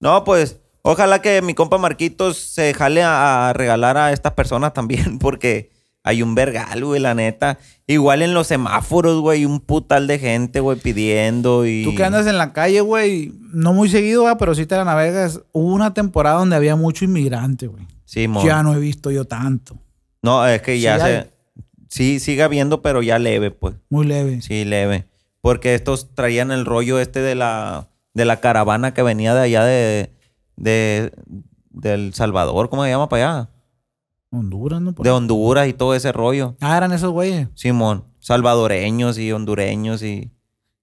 Speaker 1: No, pues ojalá que mi compa Marquitos se jale a, a regalar a estas personas también, (laughs) porque hay un vergal, güey, la neta. Igual en los semáforos, güey, un putal de gente, güey, pidiendo y...
Speaker 2: Tú que andas en la calle, güey, no muy seguido, va, pero sí te la navegas. Hubo una temporada donde había mucho inmigrante, güey.
Speaker 1: Sí, mo.
Speaker 2: Ya no he visto yo tanto.
Speaker 1: No, es que
Speaker 2: Sí
Speaker 1: ya
Speaker 2: hay.
Speaker 1: se... Sí, sigue habiendo, pero ya leve, pues.
Speaker 2: Muy leve.
Speaker 1: Sí, leve. Porque estos traían el rollo este de la, de la caravana que venía de allá de... de del Salvador, ¿cómo se llama para allá?
Speaker 2: Honduras, ¿no? Por-
Speaker 1: De Honduras y todo ese rollo.
Speaker 2: Ah, eran esos güeyes.
Speaker 1: Simón, salvadoreños y hondureños y...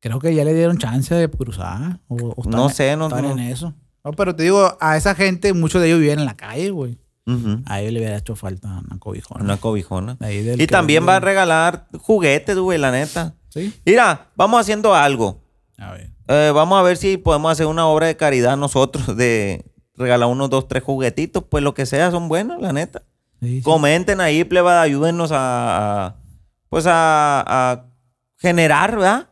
Speaker 2: Creo que ya le dieron chance de cruzar. O, o Pues están-
Speaker 1: No sé, no-
Speaker 2: están
Speaker 1: no.
Speaker 2: en eso. No, pero te digo, a esa gente, muchos de ellos vivían en la calle, güey.
Speaker 1: Ujú.
Speaker 2: A ellos le hubiera hecho falta una cobijona.
Speaker 1: Una cobijona.
Speaker 2: Ahí del
Speaker 1: Y
Speaker 2: que
Speaker 1: también
Speaker 2: vende.
Speaker 1: va a regalar juguetes, güey, la neta.
Speaker 2: Sí.
Speaker 1: Mira, vamos haciendo algo.
Speaker 2: A ver.
Speaker 1: Eh, vamos a ver si podemos hacer una obra de caridad nosotros de regalar unos dos, tres juguetitos. Pues lo que sea, son buenos, la neta.
Speaker 2: Sí, sí.
Speaker 1: Comenten ahí, plebada, ayúdennos a, a- pues a, a generar, ¿verdad?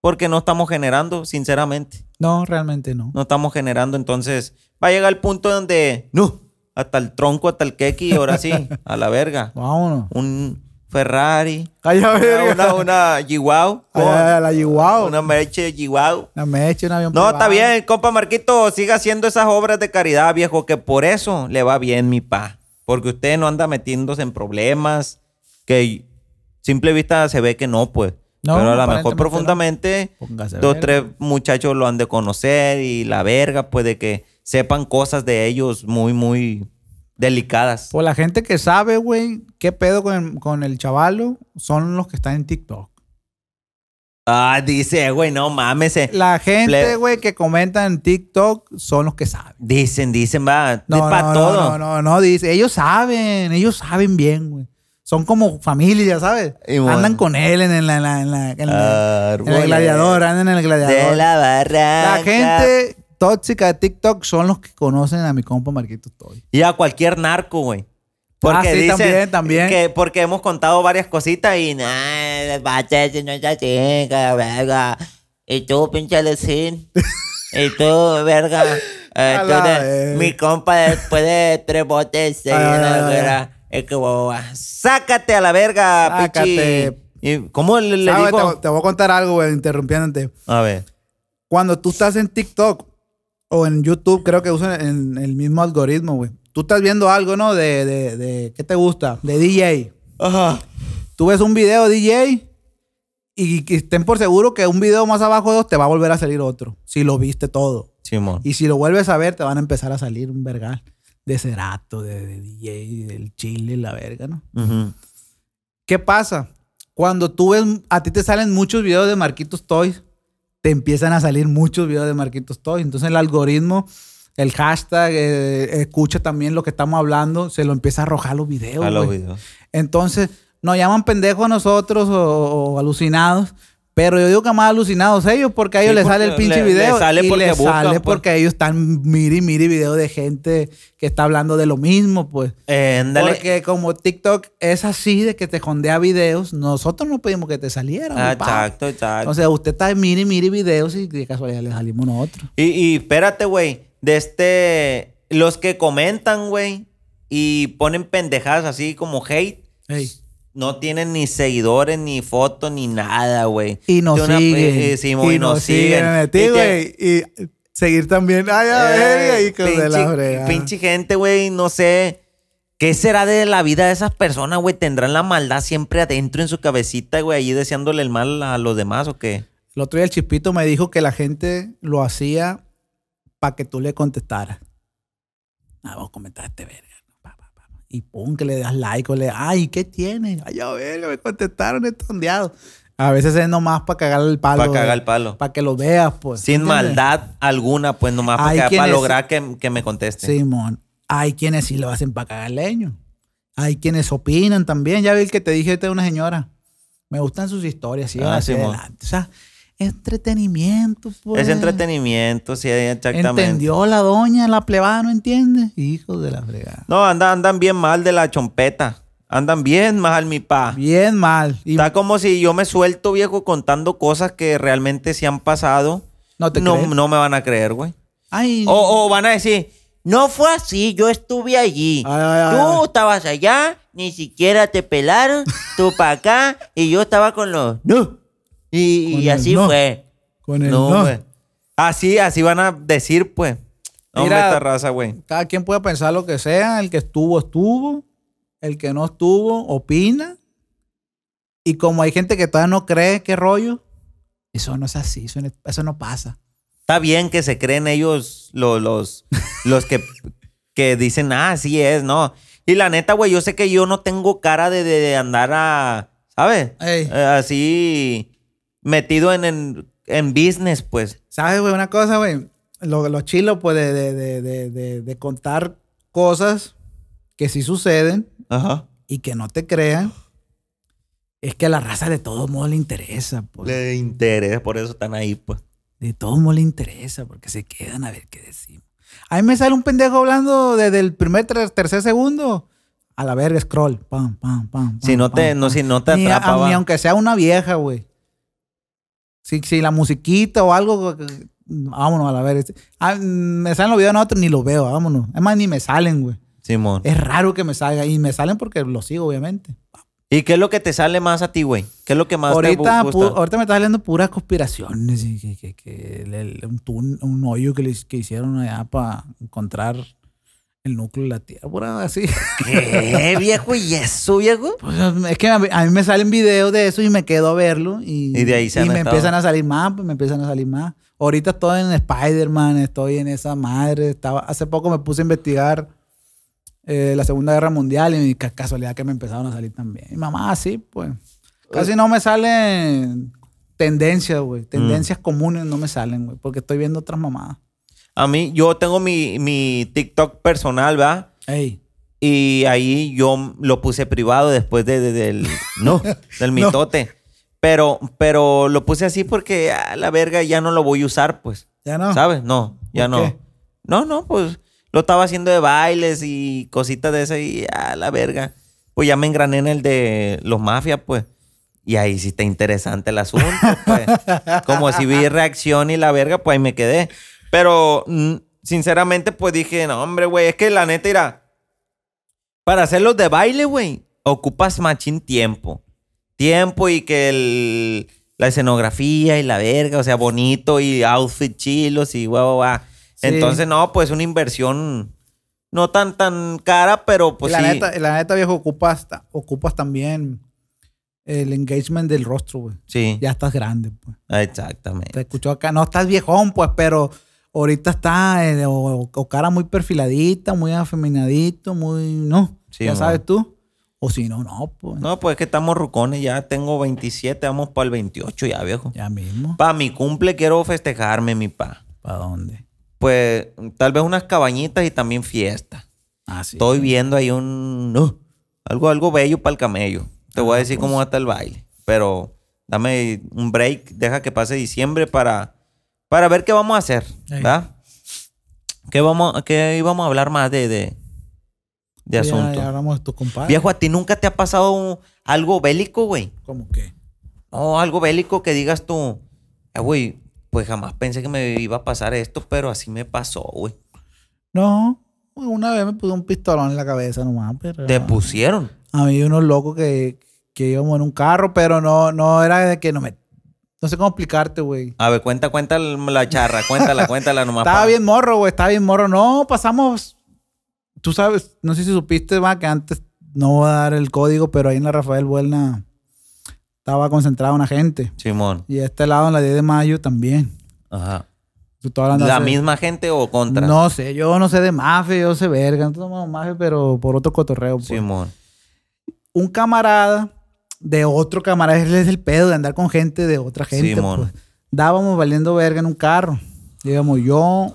Speaker 1: Porque no estamos generando, sinceramente.
Speaker 2: No, realmente no.
Speaker 1: no estamos generando. Entonces, va a llegar el punto donde, no, hasta el tronco, hasta el keki, ahora
Speaker 2: (laughs)
Speaker 1: sí, a la verga.
Speaker 2: Vámonos.
Speaker 1: Un Ferrari,
Speaker 2: Ay, a
Speaker 1: una,
Speaker 2: ver.
Speaker 1: una, una Yihuahua,
Speaker 2: la Yihuahua.
Speaker 1: una merche Yihuahua.
Speaker 2: La mecha, un avión.
Speaker 1: No,
Speaker 2: privado.
Speaker 1: está bien, compa Marquito, siga haciendo esas obras de caridad, viejo, que por eso le va bien, mi pa. Porque usted no anda metiéndose en problemas, que simple vista se ve que no, pues.
Speaker 2: No,
Speaker 1: Pero a lo
Speaker 2: aparentemente
Speaker 1: mejor
Speaker 2: no.
Speaker 1: profundamente,
Speaker 2: Póngase
Speaker 1: dos,
Speaker 2: verga.
Speaker 1: tres muchachos lo han de conocer y la verga, pues de que sepan cosas de ellos muy, muy delicadas.
Speaker 2: Pues la gente que sabe, güey, qué pedo con el, con el chavalo son los que están en TikTok.
Speaker 1: Ah, dice, güey, no mames. eh.
Speaker 2: La
Speaker 1: Ple-
Speaker 2: gente, güey, que comenta en TikTok son los que saben.
Speaker 1: Dicen, dicen, va,
Speaker 2: No,
Speaker 1: es
Speaker 2: no,
Speaker 1: pa'
Speaker 2: no,
Speaker 1: todo.
Speaker 2: no, no, no, dice, ellos saben, ellos saben bien, güey. Son como familia, ¿sabes?
Speaker 1: Y bueno.
Speaker 2: Andan con él en, el- en la, en la- en la- en el
Speaker 1: Árboles
Speaker 2: gladiador, andan en el gladiador.
Speaker 1: De
Speaker 2: La,
Speaker 1: la barra.
Speaker 2: gente tóxica de TikTok son los que conocen a mi compa Marquito Toy.
Speaker 1: Y a cualquier narco, güey. Porque
Speaker 2: Ah, sí,
Speaker 1: dicen
Speaker 2: también, también.
Speaker 1: Que porque hemos contado varias cositas y nah,
Speaker 4: El bate si no es así, que la verga. Y tú, pinche lecín. y tú, verga. Eh,
Speaker 2: (laughs) A
Speaker 4: tú
Speaker 2: la
Speaker 4: de-
Speaker 2: vez.
Speaker 4: mi compa después de tres botes
Speaker 2: (laughs)
Speaker 4: se
Speaker 2: Ay,
Speaker 4: llena
Speaker 2: ay,
Speaker 4: la
Speaker 2: ay.
Speaker 4: verga. Es que boba.
Speaker 1: sácate a la verga,
Speaker 2: Sácate.
Speaker 1: pichi. ¿Y ¿Cómo le, le
Speaker 2: ¿Sabes?
Speaker 1: digo?
Speaker 2: Te, te voy a contar algo, güey, interrumpiéndote.
Speaker 1: A ver.
Speaker 2: Cuando tú estás en TikTok o en YouTube, creo que usan el, el mismo algoritmo, güey. Tú estás viendo algo, ¿no? De, de, de- ¿qué te gusta? De DJ. Tú ves un video DJ y que estén por seguro que un video más abajo de dos te va a volver a salir otro. Si lo viste todo.
Speaker 1: Simón.
Speaker 2: Y si lo vuelves a ver, te van a empezar a salir un vergal de Cerato, de, de DJ, del Chile, la verga, ¿no?
Speaker 1: Ujú.
Speaker 2: ¿Qué pasa? Cuando tú ves, a ti te salen muchos videos de Marquitos Toys, te empiezan a salir muchos videos de Marquitos Toys. Entonces el algoritmo, el hashtag, eh, escucha también lo que estamos hablando, se lo empieza a arrojar los videos.
Speaker 1: A los
Speaker 2: güey.
Speaker 1: videos.
Speaker 2: Entonces nos llaman pendejos a nosotros o, o alucinados. Pero yo digo que más alucinados ellos porque a ellos
Speaker 1: Sí,
Speaker 2: les
Speaker 1: porque
Speaker 2: sale el pinche
Speaker 1: le- les
Speaker 2: video.
Speaker 1: sale
Speaker 2: y
Speaker 1: porque
Speaker 2: les
Speaker 1: buscan,
Speaker 2: sale
Speaker 1: pues.
Speaker 2: porque ellos están miri, miri video de gente que está hablando de lo mismo, pues.
Speaker 1: Eh, ándale.
Speaker 2: Porque como TikTok es así de que te jondea videos, nosotros no pedimos que te salieran.
Speaker 1: Ah,
Speaker 2: mi pavo.
Speaker 1: exacto, exacto.
Speaker 2: Entonces usted está mire, mire videos y de casualidad le salimos nosotros.
Speaker 1: Y, y espérate, güey. De este. Los que comentan, güey. Y ponen pendejadas así como hate. No tienen ni seguidores, ni fotos, ni nada, güey.
Speaker 2: Y nos
Speaker 1: De una-
Speaker 2: siguen.
Speaker 1: eh, eh, sí, mo, y, nos siguen.
Speaker 2: a ti,
Speaker 1: Y que-
Speaker 2: güey. Y seguir también. Ay, a ver, y
Speaker 1: Eh,
Speaker 2: con de la fregada.
Speaker 1: pinche gente, güey, no sé. ¿Qué será de la vida de esas personas, güey? ¿Tendrán la maldad siempre adentro en su cabecita, güey, allí deseándole el mal a los demás o qué?
Speaker 2: El otro día el Chispito me dijo que la gente lo hacía para que tú le contestaras. Ah, vamos a comentar a este verga. Pa, pa, pa, pa. Y pum, que le das like o le ay, ¿qué tiene? Ay, a verga, me contestaron estondeado. A veces es nomás para cagar el palo.
Speaker 1: Para cagar el palo.
Speaker 2: Para que lo veas, pues.
Speaker 1: Sin
Speaker 2: ¿entiendes?
Speaker 1: maldad alguna, pues nomás
Speaker 2: Hay
Speaker 1: para,
Speaker 2: quienes-
Speaker 1: lograr que, que me conteste.
Speaker 2: Simón. Hay quienes sí lo hacen para cagar leño. Hay quienes opinan también. Ya vi el que te dije ahorita de una señora. Me gustan sus historias, sí,
Speaker 1: Ah,
Speaker 2: hacia
Speaker 1: Simón.
Speaker 2: adelante. O sea, entretenimiento, pues.
Speaker 1: Es entretenimiento, sí, exactamente.
Speaker 2: Entendió la doña, la plebada, ¿no entiende? Hijos de la fregada.
Speaker 1: No, andan, andan bien mal de la chompeta. Andan bien mal, mi pa.
Speaker 2: Bien mal. Y
Speaker 1: Está como si yo me suelto, viejo, contando cosas que realmente se han pasado.
Speaker 2: No te
Speaker 1: no, Oh,
Speaker 2: creen.
Speaker 1: no me van a creer, güey.
Speaker 2: Ay,
Speaker 1: O, o van a decir,
Speaker 4: No fue así, yo estuve allí.
Speaker 2: Ay, ay, ay,
Speaker 4: Tú
Speaker 2: ay.
Speaker 4: estabas allá, ni siquiera te pelaron,
Speaker 2: (laughs)
Speaker 4: tú para acá, y yo estaba con los...
Speaker 2: no.
Speaker 4: Y,
Speaker 2: Con
Speaker 4: y
Speaker 2: el
Speaker 4: así
Speaker 2: no.
Speaker 4: fue.
Speaker 2: Con el
Speaker 1: no,
Speaker 2: no.
Speaker 1: güey. Así, así van a decir, pues. Hombre,
Speaker 2: Mira.
Speaker 1: esta raza, güey.
Speaker 2: Cada quien puede pensar lo que sea. El que estuvo, estuvo. El que no estuvo, opina. Y como hay gente que todavía no cree, qué rollo. Eso no es así, eso no, eso no pasa.
Speaker 1: Está bien que se creen ellos lo- (laughs) los, los que, que dicen, ah, así es, ¿no? Y la neta, güey, yo sé que yo no tengo cara de, de- de andar a, ¿sabes?
Speaker 2: Ey.
Speaker 1: Eh, así metido en, en, en business, pues.
Speaker 2: ¿Sabes, güey? Una cosa, güey. Lo, lo chilo, pues, de, de- de- de- de- de contar cosas que sí suceden
Speaker 1: Ajá.
Speaker 2: y que no te crean, es que a la raza de todo modo le interesa, pues.
Speaker 1: Le interesa, por eso están ahí, pues.
Speaker 2: De todo modo le interesa, porque se quedan a ver qué decimos. A mí me sale un pendejo hablando desde el primer, ter- tercer segundo. A la verga, scroll. Pam, pam, pam.
Speaker 1: Si
Speaker 2: pam,
Speaker 1: no te,
Speaker 2: pam,
Speaker 1: no,
Speaker 2: pam.
Speaker 1: si no te
Speaker 2: Ni, a-
Speaker 1: atrapa,
Speaker 2: ni
Speaker 1: va.
Speaker 2: aunque sea una vieja, güey. Si, si la musiquita o algo, eh, vámonos a la verga. Ah, mm, me salen los videos en otro, ni los veo, vámonos. Es más, ni me salen, güey.
Speaker 1: Simón.
Speaker 2: Es raro que me salga. Y me salen porque los sigo, obviamente.
Speaker 1: ¿Y qué es lo que te sale más a ti, güey? ¿Qué es lo que más
Speaker 2: ahorita,
Speaker 1: te bu-
Speaker 2: pu-
Speaker 1: gusta?
Speaker 2: ahorita me está saliendo puras conspiraciones y que, que- que el- el- un, tun- un hoyo que, les- que hicieron allá para encontrar el núcleo de la Tierra, pura así.
Speaker 1: ¿Qué, viejo? ¿Y eso, viejo?
Speaker 2: Pues, es que a mí, a mí me salen videos de eso y me quedo a verlo y,
Speaker 1: Y de ahí se han
Speaker 2: me
Speaker 1: estado.
Speaker 2: empiezan a salir más, pues me empiezan a salir más. Ahorita estoy en Spider-Man, estoy en esa madre. Estaba, hace poco me puse a investigar eh, la Segunda Guerra Mundial y ca- casualidad que me empezaron a salir también. Y mamá, así pues. Casi no me salen tendencias, güey.
Speaker 1: Mm.
Speaker 2: Tendencias comunes no me salen, güey, porque estoy viendo otras mamadas.
Speaker 1: A mí, yo tengo mi, mi TikTok personal, ¿va?
Speaker 2: Ey,
Speaker 1: Y ahí yo lo puse privado después de, de- del, no, del mitote. Pero, pero lo puse así porque a la verga ya no lo voy a usar, pues.
Speaker 2: ya no.
Speaker 1: ¿Sabes? No, ya
Speaker 2: Ah. ¿Por
Speaker 1: no.
Speaker 2: qué?
Speaker 1: No, no, pues lo estaba haciendo de bailes y cositas de esas y a la verga. Pues ya me engrané en el de los mafias, pues. Y ahí sí está interesante el asunto, pues. Como si vi reacción y la verga, pues ahí me quedé. Pero mm, sinceramente, pues dije, no, hombre, güey, es que la neta irá. Para hacer los de baile, güey, ocupas machín tiempo. Tiempo y que el- la escenografía y la verga, o sea, bonito y outfit chilos y guau, guau, guau.
Speaker 2: Sí.
Speaker 1: Entonces, no, pues una inversión no tan tan cara, pero pues
Speaker 2: la,
Speaker 1: sí.
Speaker 2: neta, la neta, viejo, ocupas, ta- ocupas también el engagement del rostro, güey.
Speaker 1: sí,
Speaker 2: Ya estás grande, pues.
Speaker 1: exactamente.
Speaker 2: Te escuchó acá. No estás viejón, pues, pero ahorita está eh, o, o cara muy perfiladita, muy afeminadito, muy. No.
Speaker 1: Sí,
Speaker 2: ya
Speaker 1: mo.
Speaker 2: sabes tú. O si no, no, pues.
Speaker 1: No, pues es que estamos rucones, ya tengo 27, vamos para el 28 ya, viejo.
Speaker 2: Ya mismo.
Speaker 1: Pa' mi cumple quiero festejarme, mi pa.
Speaker 2: ¿Para dónde?
Speaker 1: Pues tal vez unas cabañitas y también fiesta.
Speaker 2: Ah, sí.
Speaker 1: Estoy viendo ahí un. no, algo, algo bello para el camello. Te
Speaker 2: Ah,
Speaker 1: voy a decir
Speaker 2: pues.
Speaker 1: cómo va a estar el baile. Pero dame un break, deja que pase diciembre para, para ver qué vamos a hacer.
Speaker 2: Ey.
Speaker 1: ¿Verdad? ¿Qué, vamos, ¿Qué íbamos a hablar más de, de, de
Speaker 2: Ya-
Speaker 1: asunto?
Speaker 2: Ya, hablamos de tu compadre.
Speaker 1: Viejo, a ti nunca te ha pasado un- algo bélico, güey.
Speaker 2: ¿Cómo qué?
Speaker 1: No, algo bélico que digas tú, "Ah, güey, pues jamás pensé que me iba a pasar esto, pero así me pasó, güey.
Speaker 2: No. Una vez me puse un pistolón en la cabeza nomás, pero.
Speaker 1: Te pusieron.
Speaker 2: A mí unos locos que, que íbamos en un carro, pero no, no era de que no me... No sé cómo explicarte, güey.
Speaker 1: A ver, cuenta, cuenta la charra,
Speaker 2: (laughs)
Speaker 1: cuéntala, cuéntala nomás.
Speaker 2: Estaba
Speaker 1: pa-
Speaker 2: bien morro, güey. Estaba bien morro. No, pasamos... Tú sabes, no sé si supiste, va, que antes no voy a dar el código, pero ahí en la Rafael Buelna estaba concentrada una gente.
Speaker 1: Simón.
Speaker 2: Y a este lado, en la 10 de mayo, también.
Speaker 1: Ajá.
Speaker 2: Tú estabas hablando
Speaker 1: ¿La
Speaker 2: hace-
Speaker 1: misma gente o contra?
Speaker 2: Ah, No sé, yo no sé de mafia, yo sé verga. No tomamos mafia, pero por otro cotorreo. pues.
Speaker 1: Simón.
Speaker 2: un camarada de otro camarada. Ese es el pedo de andar con gente de otra gente.
Speaker 1: Simón.
Speaker 2: pues. Dábamos valiendo verga en un carro. Íbamos yo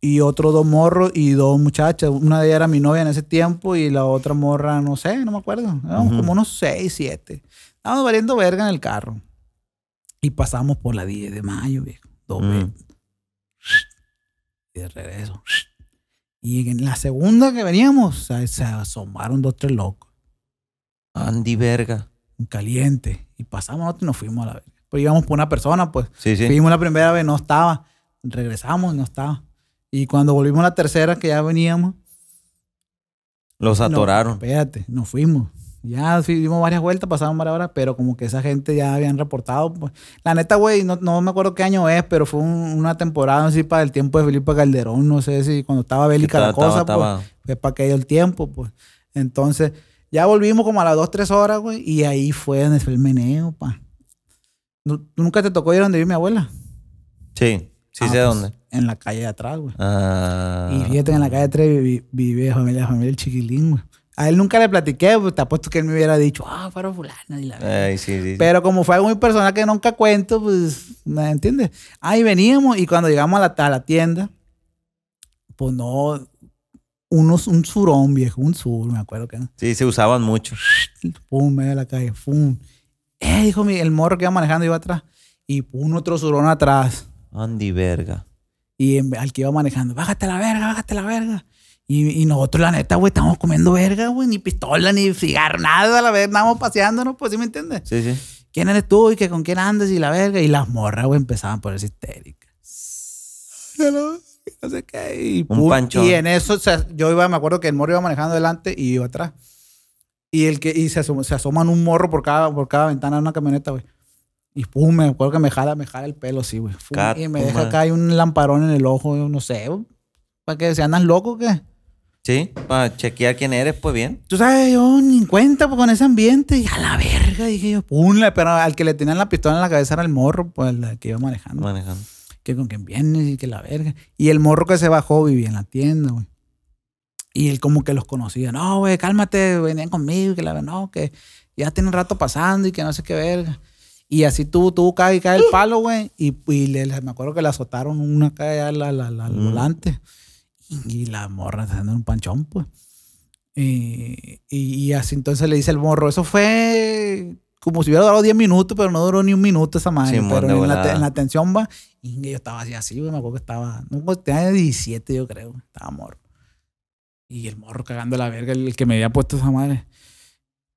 Speaker 2: y otros dos morros y dos muchachas. Una de ellas era mi novia en ese tiempo y la otra morra, no sé, no me acuerdo. Éramos como unos seis, siete. Estábamos valiendo verga en el carro. Y pasamos por la 10 de mayo, viejo. Dos
Speaker 1: Mm.
Speaker 2: veces. Y de regreso. Y en la segunda que veníamos, se- se asomaron dos, tres locos.
Speaker 1: Andy verga.
Speaker 2: en Caliente. Y pasamos nosotros y nos fuimos a la verga. Pues íbamos por una persona, pues.
Speaker 1: Sí, sí.
Speaker 2: Fuimos la primera vez, no estaba. Regresamos, no estaba. Y cuando volvimos la tercera, que ya veníamos,
Speaker 1: Los
Speaker 2: No,
Speaker 1: atoraron.
Speaker 2: espérate, nos fuimos. Ya fui- dimos varias vueltas, pasaron varias horas, pero como que esa gente ya habían reportado. pues. La neta, güey, no, no me acuerdo qué año es, pero fue un- una temporada así para el tiempo de Felipe Calderón, no sé si cuando estaba bélica la
Speaker 1: Estaba-
Speaker 2: cosa,
Speaker 1: estaba-
Speaker 2: pues,
Speaker 1: estaba-
Speaker 2: fue para aquello el tiempo, pues. Entonces, ya volvimos como a las 2, 3 horas, güey, y ahí fue donde fue el meneo, pa. ¿Nu- ¿Tú nunca te tocó ir a donde vive mi abuela?
Speaker 1: Sí, sí sé
Speaker 2: Ah, pues,
Speaker 1: dónde.
Speaker 2: En la calle de atrás, güey.
Speaker 1: Ah.
Speaker 2: Y fíjate que en la calle 3 vive, la familia, la familia del chiquilín, güey. A él nunca le platiqué, pues te apuesto que él me hubiera dicho, ah, fueron fulano y la verga".
Speaker 1: Ay, sí, sí. sí.
Speaker 2: Pero como fue algo muy personal que nunca cuento, pues, ¿me entiendes? Ahí veníamos y cuando llegamos a la, a la tienda, pues no, unos, un surón viejo, un sur, me acuerdo que era.
Speaker 1: sí, se usaban mucho.
Speaker 2: pum, medio de la calle, pum. Eh, dijo mi- el morro que iba manejando iba atrás y un otro surón atrás.
Speaker 1: Andy verga.
Speaker 2: Y en- al que iba manejando, bájate la verga, bájate la verga. Y, y nosotros, la neta, güey, estamos comiendo verga, güey, ni pistola, ni cigarro, nada, la verga, estábamos paseándonos, pues, ¿sí me entiendes?
Speaker 1: Sí, sí.
Speaker 2: ¿Quién eres tú y que con quién andas y la verga? Y las morras, güey, empezaban por esa histérica. (laughs) No sé qué. Y,
Speaker 1: Un
Speaker 2: pum,
Speaker 1: panchón.
Speaker 2: y en eso, o sea, yo iba, me acuerdo que el morro iba manejando delante y yo atrás. Y el que y se, asom- se asoman un morro por cada, por cada ventana de una camioneta, güey. Y pum, me acuerdo que me jala, me jala el pelo así, güey. Pum,
Speaker 1: Cat-
Speaker 2: Y me
Speaker 1: tu
Speaker 2: deja
Speaker 1: madre.
Speaker 2: acá hay un lamparón en el ojo, yo no sé. güey. ¿Para qué? ¿Se andan loco o qué?
Speaker 1: Sí, para chequear quién eres, pues bien.
Speaker 2: Tú sabes, yo ni en cuenta pues, con ese ambiente. Y a la verga, dije yo, pum, la- pero al que le tenían la pistola en la cabeza era el morro, pues el que iba manejando.
Speaker 1: Manejando.
Speaker 2: Que con quien vienes y que la verga. Y el morro que se bajó vivía en la tienda, güey. Y él como que los conocía. No, güey, cálmate, venían conmigo y que la verga. No, que ya tiene un rato pasando y que no sé qué verga. Y así tuvo, tuvo, cae y cae el palo, güey. Y, y le, le- me acuerdo que le azotaron una acá allá al- al- al- al
Speaker 1: Mm.
Speaker 2: volante. Y la morra está haciendo un panchón, pues. Y, eh, y- y así entonces le dice el morro, eso fue como si hubiera durado 10 minutos, pero no duró ni un minuto esa madre.
Speaker 1: Simón, de
Speaker 2: pero en la, te-
Speaker 1: volada.
Speaker 2: en la tensión va, y yo estaba así, así, güey, me acuerdo que estaba, no, pues, tenía 17 yo creo, estaba morro. Y el morro cagando la verga, el, el que me había puesto esa madre.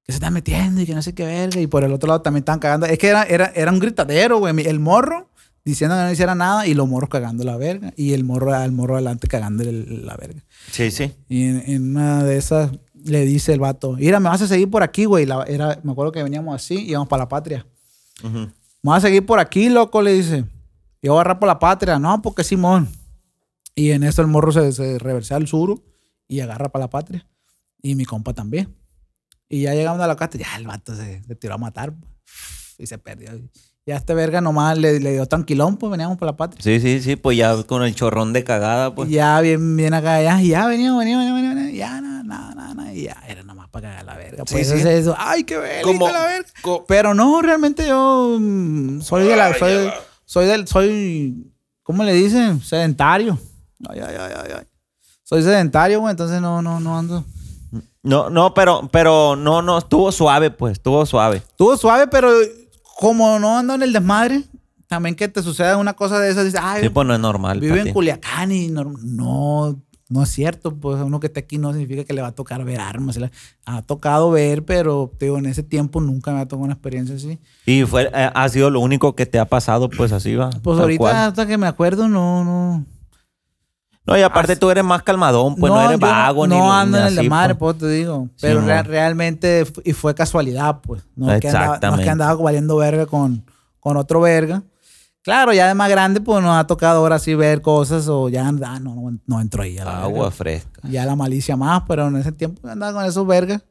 Speaker 2: Que se está metiendo y que no sé qué verga. Y por el otro lado también estaban cagando. Es que era, era, era un gritadero, güey. mi- El morro diciendo que no hiciera nada y los morros cagando la verga. Y el morro, el morro adelante cagando el- la verga.
Speaker 1: Sí, sí.
Speaker 2: Y en, en una de esas le dice el vato, mira, me vas a seguir por aquí, güey. La- era, me acuerdo que veníamos así y íbamos para la patria.
Speaker 1: Ujú.
Speaker 2: Me vas a seguir por aquí, loco, le dice. Yo voy a agarrar por la patria. No, porque Simón. Y en eso el morro se, se reversa al sur y agarra para la patria. Y mi compa también. Y ya llegando a la casa, ya el vato se, se tiró a matar. pues. Y se perdió. Ya este verga nomás le, le dio tranquilón, pues veníamos para la patria.
Speaker 1: Sí, sí, sí. Pues ya con el chorrón de cagada, pues.
Speaker 2: Y Ya bien, bien acá, ya, y ya veníamos, veníamos, veníamos, veníamos, ya, nada, nada, nada, nada, y ya, era nomás para cagar la verga.
Speaker 1: Sí,
Speaker 2: Pues
Speaker 1: sí.
Speaker 2: eso es eso, ay, qué bello,
Speaker 5: Como-
Speaker 2: la verga.
Speaker 5: co-
Speaker 2: Pero no, realmente yo mm, soy de la, soy, soy del, soy, ¿cómo le dicen? Sedentario. Ay, ay, ay, ay, ay. Soy sedentario, güey, entonces no, no, no ando.
Speaker 1: No, no, pero, pero no, no, estuvo suave, pues, estuvo suave.
Speaker 2: Estuvo suave, pero como no ando en el desmadre, también que te suceda una cosa de esas, dices, ay,
Speaker 1: Sí, pues no es normal.
Speaker 2: Vive
Speaker 1: para
Speaker 2: en
Speaker 1: ti.
Speaker 2: Culiacán y no, no, no es cierto. Pues uno que está aquí no significa que le va a tocar ver armas. le Ha tocado ver, pero te digo, en ese tiempo nunca me ha tocado una experiencia así.
Speaker 1: Y fue, eh, ha sido lo único que te ha pasado, pues así va.
Speaker 2: Pues
Speaker 1: tal
Speaker 2: ahorita,
Speaker 1: cual.
Speaker 2: hasta que me acuerdo, no, no.
Speaker 1: No, y aparte tú eres más calmadón, pues no, eres
Speaker 2: yo
Speaker 1: vago
Speaker 2: no,
Speaker 1: ni
Speaker 2: No ando en
Speaker 1: ni
Speaker 2: el
Speaker 1: así,
Speaker 2: desmadre,
Speaker 1: pues.
Speaker 2: pues. te digo. Pero
Speaker 1: Sí,
Speaker 2: rea-
Speaker 1: no.
Speaker 2: realmente, fu- y fue casualidad, pues. No es, que andaba, no es que
Speaker 1: Exactamente.
Speaker 2: andaba valiendo verga con, con otro verga. Claro, ya de más grande, pues nos ha tocado ahora sí ver cosas o ya, ah, no, no, no entro ahí. a la verga.
Speaker 1: Agua fresca.
Speaker 2: Ya la malicia más, pero en ese tiempo andaba con esos vergas.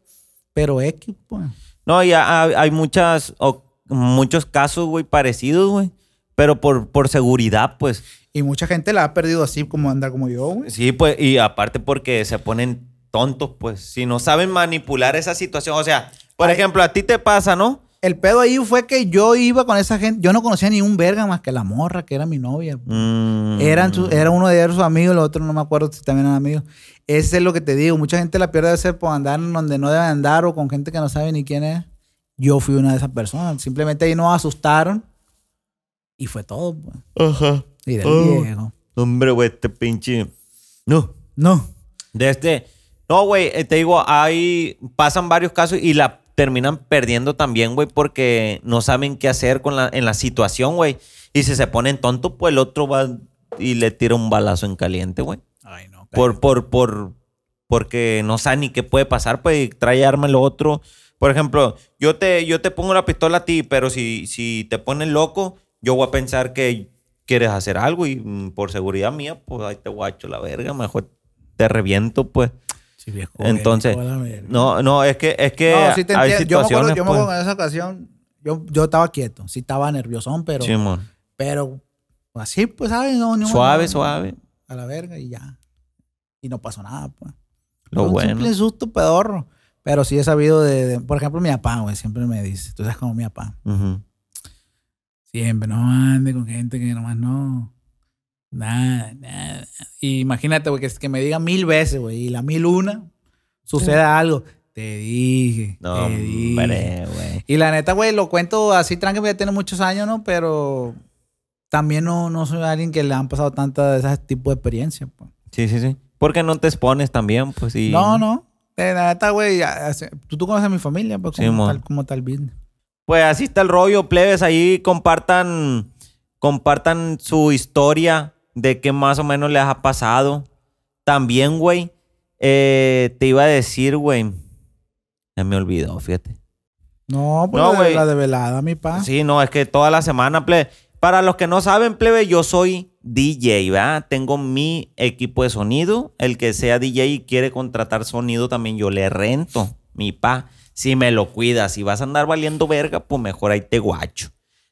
Speaker 2: Pero X, pues.
Speaker 1: No, y ha- ha- hay muchas, o- muchos casos, güey, parecidos, güey. Pero por, por seguridad, pues.
Speaker 2: Y mucha gente la ha perdido así como anda como yo, güey.
Speaker 1: Sí, pues, y aparte porque se ponen tontos, pues. Si no saben manipular esa situación. O sea, por ejemplo, a ti te pasa, ¿no?
Speaker 2: El pedo ahí fue que yo iba con esa gente. Yo no conocía ni un verga más que la morra, que era mi novia.
Speaker 1: Mm.
Speaker 2: Eran su- era uno de ellos sus amigos, los otros no me acuerdo si también eran amigos. Ese es lo que te digo. Mucha gente la pierde a veces por andar en donde no debe andar o con gente que no sabe ni quién es. Yo fui una de esas personas. Simplemente ahí nos asustaron Y fue todo, pues.
Speaker 1: Mm. Ajá.
Speaker 2: Y del
Speaker 1: Oh.
Speaker 2: viejo.
Speaker 1: Hombre, güey, este pinche. No.
Speaker 2: No.
Speaker 1: De este. No, güey, eh, te digo, hay. Pasan varios casos y la terminan perdiendo también, güey, porque no saben qué hacer con la, en la situación, güey. Y si se ponen tontos, pues el otro va y le tira un balazo en caliente, güey.
Speaker 2: Ay, no.
Speaker 1: Por, por, por, porque no sabe ni qué puede pasar, pues y trae arma el otro. Por ejemplo, yo te, yo te pongo la pistola a ti, pero si, si te pones loco, yo voy a pensar que quieres hacer algo y mm, por seguridad mía, pues ahí te guacho la verga, mejor te reviento, pues.
Speaker 2: Sí, viejo.
Speaker 1: Entonces,
Speaker 2: viejo, a la verga.
Speaker 1: no, no, es que, es que
Speaker 2: No, sí te
Speaker 1: hay
Speaker 2: entiendo. Yo me acuerdo,
Speaker 1: situaciones,
Speaker 2: yo me
Speaker 1: pues.
Speaker 2: acuerdo en esa ocasión, yo, yo estaba quieto, sí estaba nerviosón, pero,
Speaker 1: Simón.
Speaker 2: pero así, pues, ¿sabes? No, no,
Speaker 1: Suave,
Speaker 2: no,
Speaker 1: suave.
Speaker 2: A la verga y ya. Y no pasó nada, pues.
Speaker 1: Lo
Speaker 2: Fue un
Speaker 1: bueno.
Speaker 2: simple susto pedorro. Pero sí he sabido de, de- por ejemplo, mi papá, güey, siempre me dice, tú sabes como mi papá,
Speaker 1: Ujú.
Speaker 2: siempre no ande con gente que nomás no. Nada, nada. Y imagínate, güey, que, que me diga mil veces, güey, y la mil una suceda algo. Te dije.
Speaker 1: No,
Speaker 2: te dije.
Speaker 1: hombre, güey.
Speaker 2: Y la neta, güey, lo cuento así tranqui, porque ya tiene muchos años, ¿no? Pero también no, no soy alguien que le han pasado tantas de esas tipos de experiencias, pues.
Speaker 1: Sí, sí, sí. Porque no te expones también, pues. Y...
Speaker 2: No, no. Eh, la neta, güey, ya- ya- tú, tú conoces a mi familia, pues, como,
Speaker 1: Simón.
Speaker 2: tal, como tal business.
Speaker 1: Pues así está el rollo, plebes. Ahí compartan, compartan su historia de qué más o menos les ha pasado. También, güey, eh, te iba a decir, güey. Ya me olvidó, fíjate.
Speaker 2: No, pues
Speaker 1: No,
Speaker 2: la, de,
Speaker 1: güey.
Speaker 2: la de velada, mi pa.
Speaker 1: Sí, no, es que toda la semana, plebe. Para los que no saben, plebe, yo soy DJ, ¿verdad? Tengo mi equipo de sonido. El que sea DJ y quiere contratar sonido también, yo le rento, mi pa. Si me lo cuidas, si vas a andar valiendo verga, pues mejor ahí te guacho.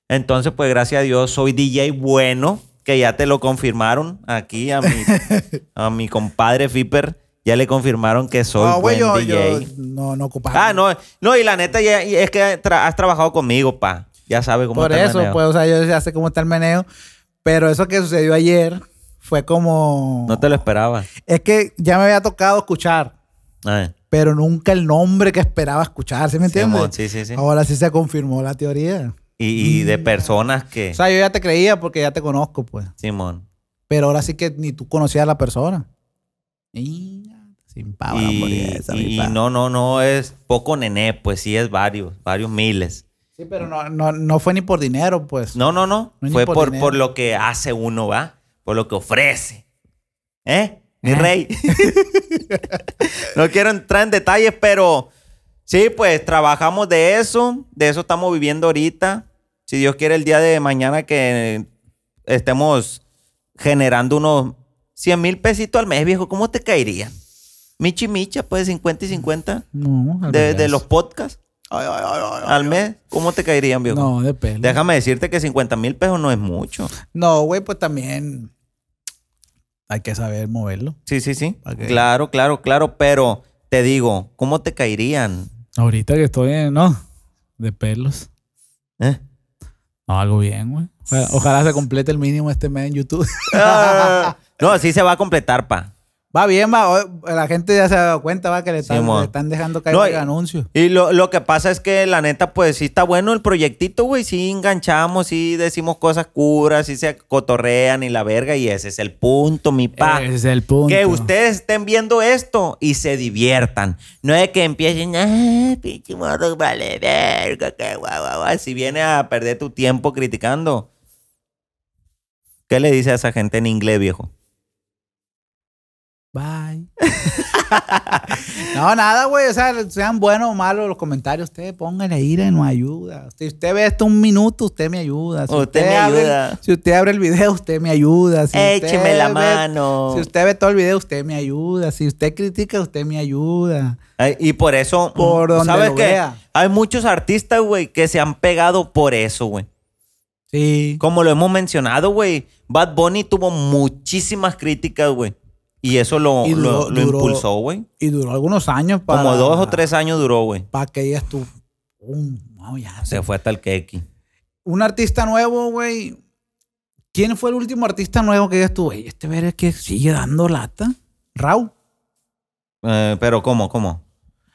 Speaker 1: Entonces, pues gracias a Dios, soy DJ bueno, que ya te lo confirmaron aquí a mi,
Speaker 2: (laughs)
Speaker 1: a mi compadre Fiper. Ya le confirmaron que soy
Speaker 2: no, güey,
Speaker 1: buen DJ.
Speaker 2: yo, Ah, yo no, no ocupaba.
Speaker 1: Ah, no, no, y la neta ya, y es que tra- has trabajado conmigo, pa. Ya sabes cómo
Speaker 2: Por
Speaker 1: está el
Speaker 2: eso,
Speaker 1: meneo.
Speaker 2: pues, o sea, yo ya sé cómo está el meneo. Pero eso que sucedió ayer fue como...
Speaker 1: No te lo esperaba. Ah,
Speaker 2: Es que ya me había tocado escuchar,
Speaker 1: Ay,
Speaker 2: pero nunca el nombre que esperaba escuchar, ¿sí me entiendes?
Speaker 1: Simón, sí, sí, sí.
Speaker 2: Ahora sí se confirmó la teoría.
Speaker 1: Y, y de personas que.
Speaker 2: Mm. O sea, yo ya te creía porque ya te conozco, pues.
Speaker 1: Simón.
Speaker 2: Pero ahora sí que ni tú conocías a la persona. Y- Sin pavo la
Speaker 1: Y,
Speaker 2: hamburguesa,
Speaker 1: y-
Speaker 2: mi
Speaker 1: y
Speaker 2: pa.
Speaker 1: no, no, no es poco nené, pues sí es varios, varios miles.
Speaker 2: Sí, pero no, no, no fue ni por dinero, pues.
Speaker 1: No, no, no.
Speaker 2: No es ni
Speaker 1: Fue
Speaker 2: por
Speaker 1: por,
Speaker 2: dinero.
Speaker 1: por lo que hace uno, ¿va? Por lo que ofrece. ¿Eh? Mi
Speaker 2: ¿Eh? (laughs)
Speaker 1: rey. no quiero entrar en detalles, pero sí, pues trabajamos de eso. De eso estamos viviendo ahorita. Si Dios quiere, el día de mañana que estemos generando unos 100 mil pesitos al mes, viejo, ¿cómo te caería? Michi Micha, pues 50 y 50
Speaker 2: No, al
Speaker 1: de,
Speaker 2: revés.
Speaker 1: de los podcasts
Speaker 2: Ay, ay, ay, ay, ay.
Speaker 1: al mes. ¿Cómo te caerían, viejo?
Speaker 2: No, de pelo.
Speaker 1: Déjame decirte que 50 mil pesos no es mucho.
Speaker 2: No, güey, pues también hay que saber moverlo.
Speaker 1: Sí, sí, sí.
Speaker 2: Ok.
Speaker 1: Claro, claro, claro. Pero te digo, ¿cómo te caerían?
Speaker 2: Ahorita que estoy en, no, de pelos.
Speaker 1: (laughs) ¿Eh?
Speaker 2: No, algo bien, güey. Ojalá, ojalá se complete el mínimo este mes en YouTube.
Speaker 1: Ah, no, sí se va a completar, pa.
Speaker 2: (laughs) va bien, va. o- La gente ya se ha dado cuenta, va, que le están,
Speaker 1: Simón.
Speaker 2: le están dejando caer
Speaker 1: No, eh,
Speaker 2: el
Speaker 1: y-
Speaker 2: anuncio.
Speaker 1: Y lo, lo que pasa es que la neta, pues sí está bueno el proyectito, güey. Sí enganchamos, sí decimos cosas curas, sí se cotorrean y la verga. Y ese es el punto, mi pa.
Speaker 2: Ese es el punto.
Speaker 1: Que ustedes estén viendo esto y se diviertan. No es que empiecen, ah, pinche morro, vale verga, que guau, guau, guau". Si viene a perder tu tiempo criticando. ¿Qué le dice a esa gente en inglés, viejo?
Speaker 2: Bye. (laughs) no, nada, güey. O sea, sean buenos o malos los comentarios. Ustedes pónganle ira y nos ayuda. Si usted ve esto un minuto, usted me ayuda. Si
Speaker 1: Usted me
Speaker 2: abre-
Speaker 1: ayuda.
Speaker 2: si usted abre el video, usted me ayuda. Si usted
Speaker 1: Écheme la
Speaker 2: ve-
Speaker 1: mano.
Speaker 2: Si usted ve todo el video, usted me ayuda. Si usted critica, usted me ayuda.
Speaker 1: Ay, y por eso,
Speaker 2: Por donde
Speaker 1: ¿sabes
Speaker 2: lo
Speaker 1: qué?
Speaker 2: vea.
Speaker 1: Hay muchos artistas, güey, que se han pegado por eso, güey.
Speaker 2: Sí.
Speaker 1: Como lo hemos mencionado, güey, Bad Bunny tuvo muchísimas críticas, güey. Y eso lo,
Speaker 2: Y duró-
Speaker 1: lo- lo
Speaker 2: duró-
Speaker 1: impulsó, güey.
Speaker 2: Y duró algunos años para.
Speaker 1: Como dos o tres años duró, güey.
Speaker 2: Para que digas tú. "Um, no, ya.
Speaker 1: Se fue hasta el Keki.
Speaker 2: un artista nuevo, güey. ¿Quién fue el último artista nuevo que digas tú, güey? Este verga que sigue dando lata. Raúl.
Speaker 1: Eh, pero ¿cómo? ¿Cómo?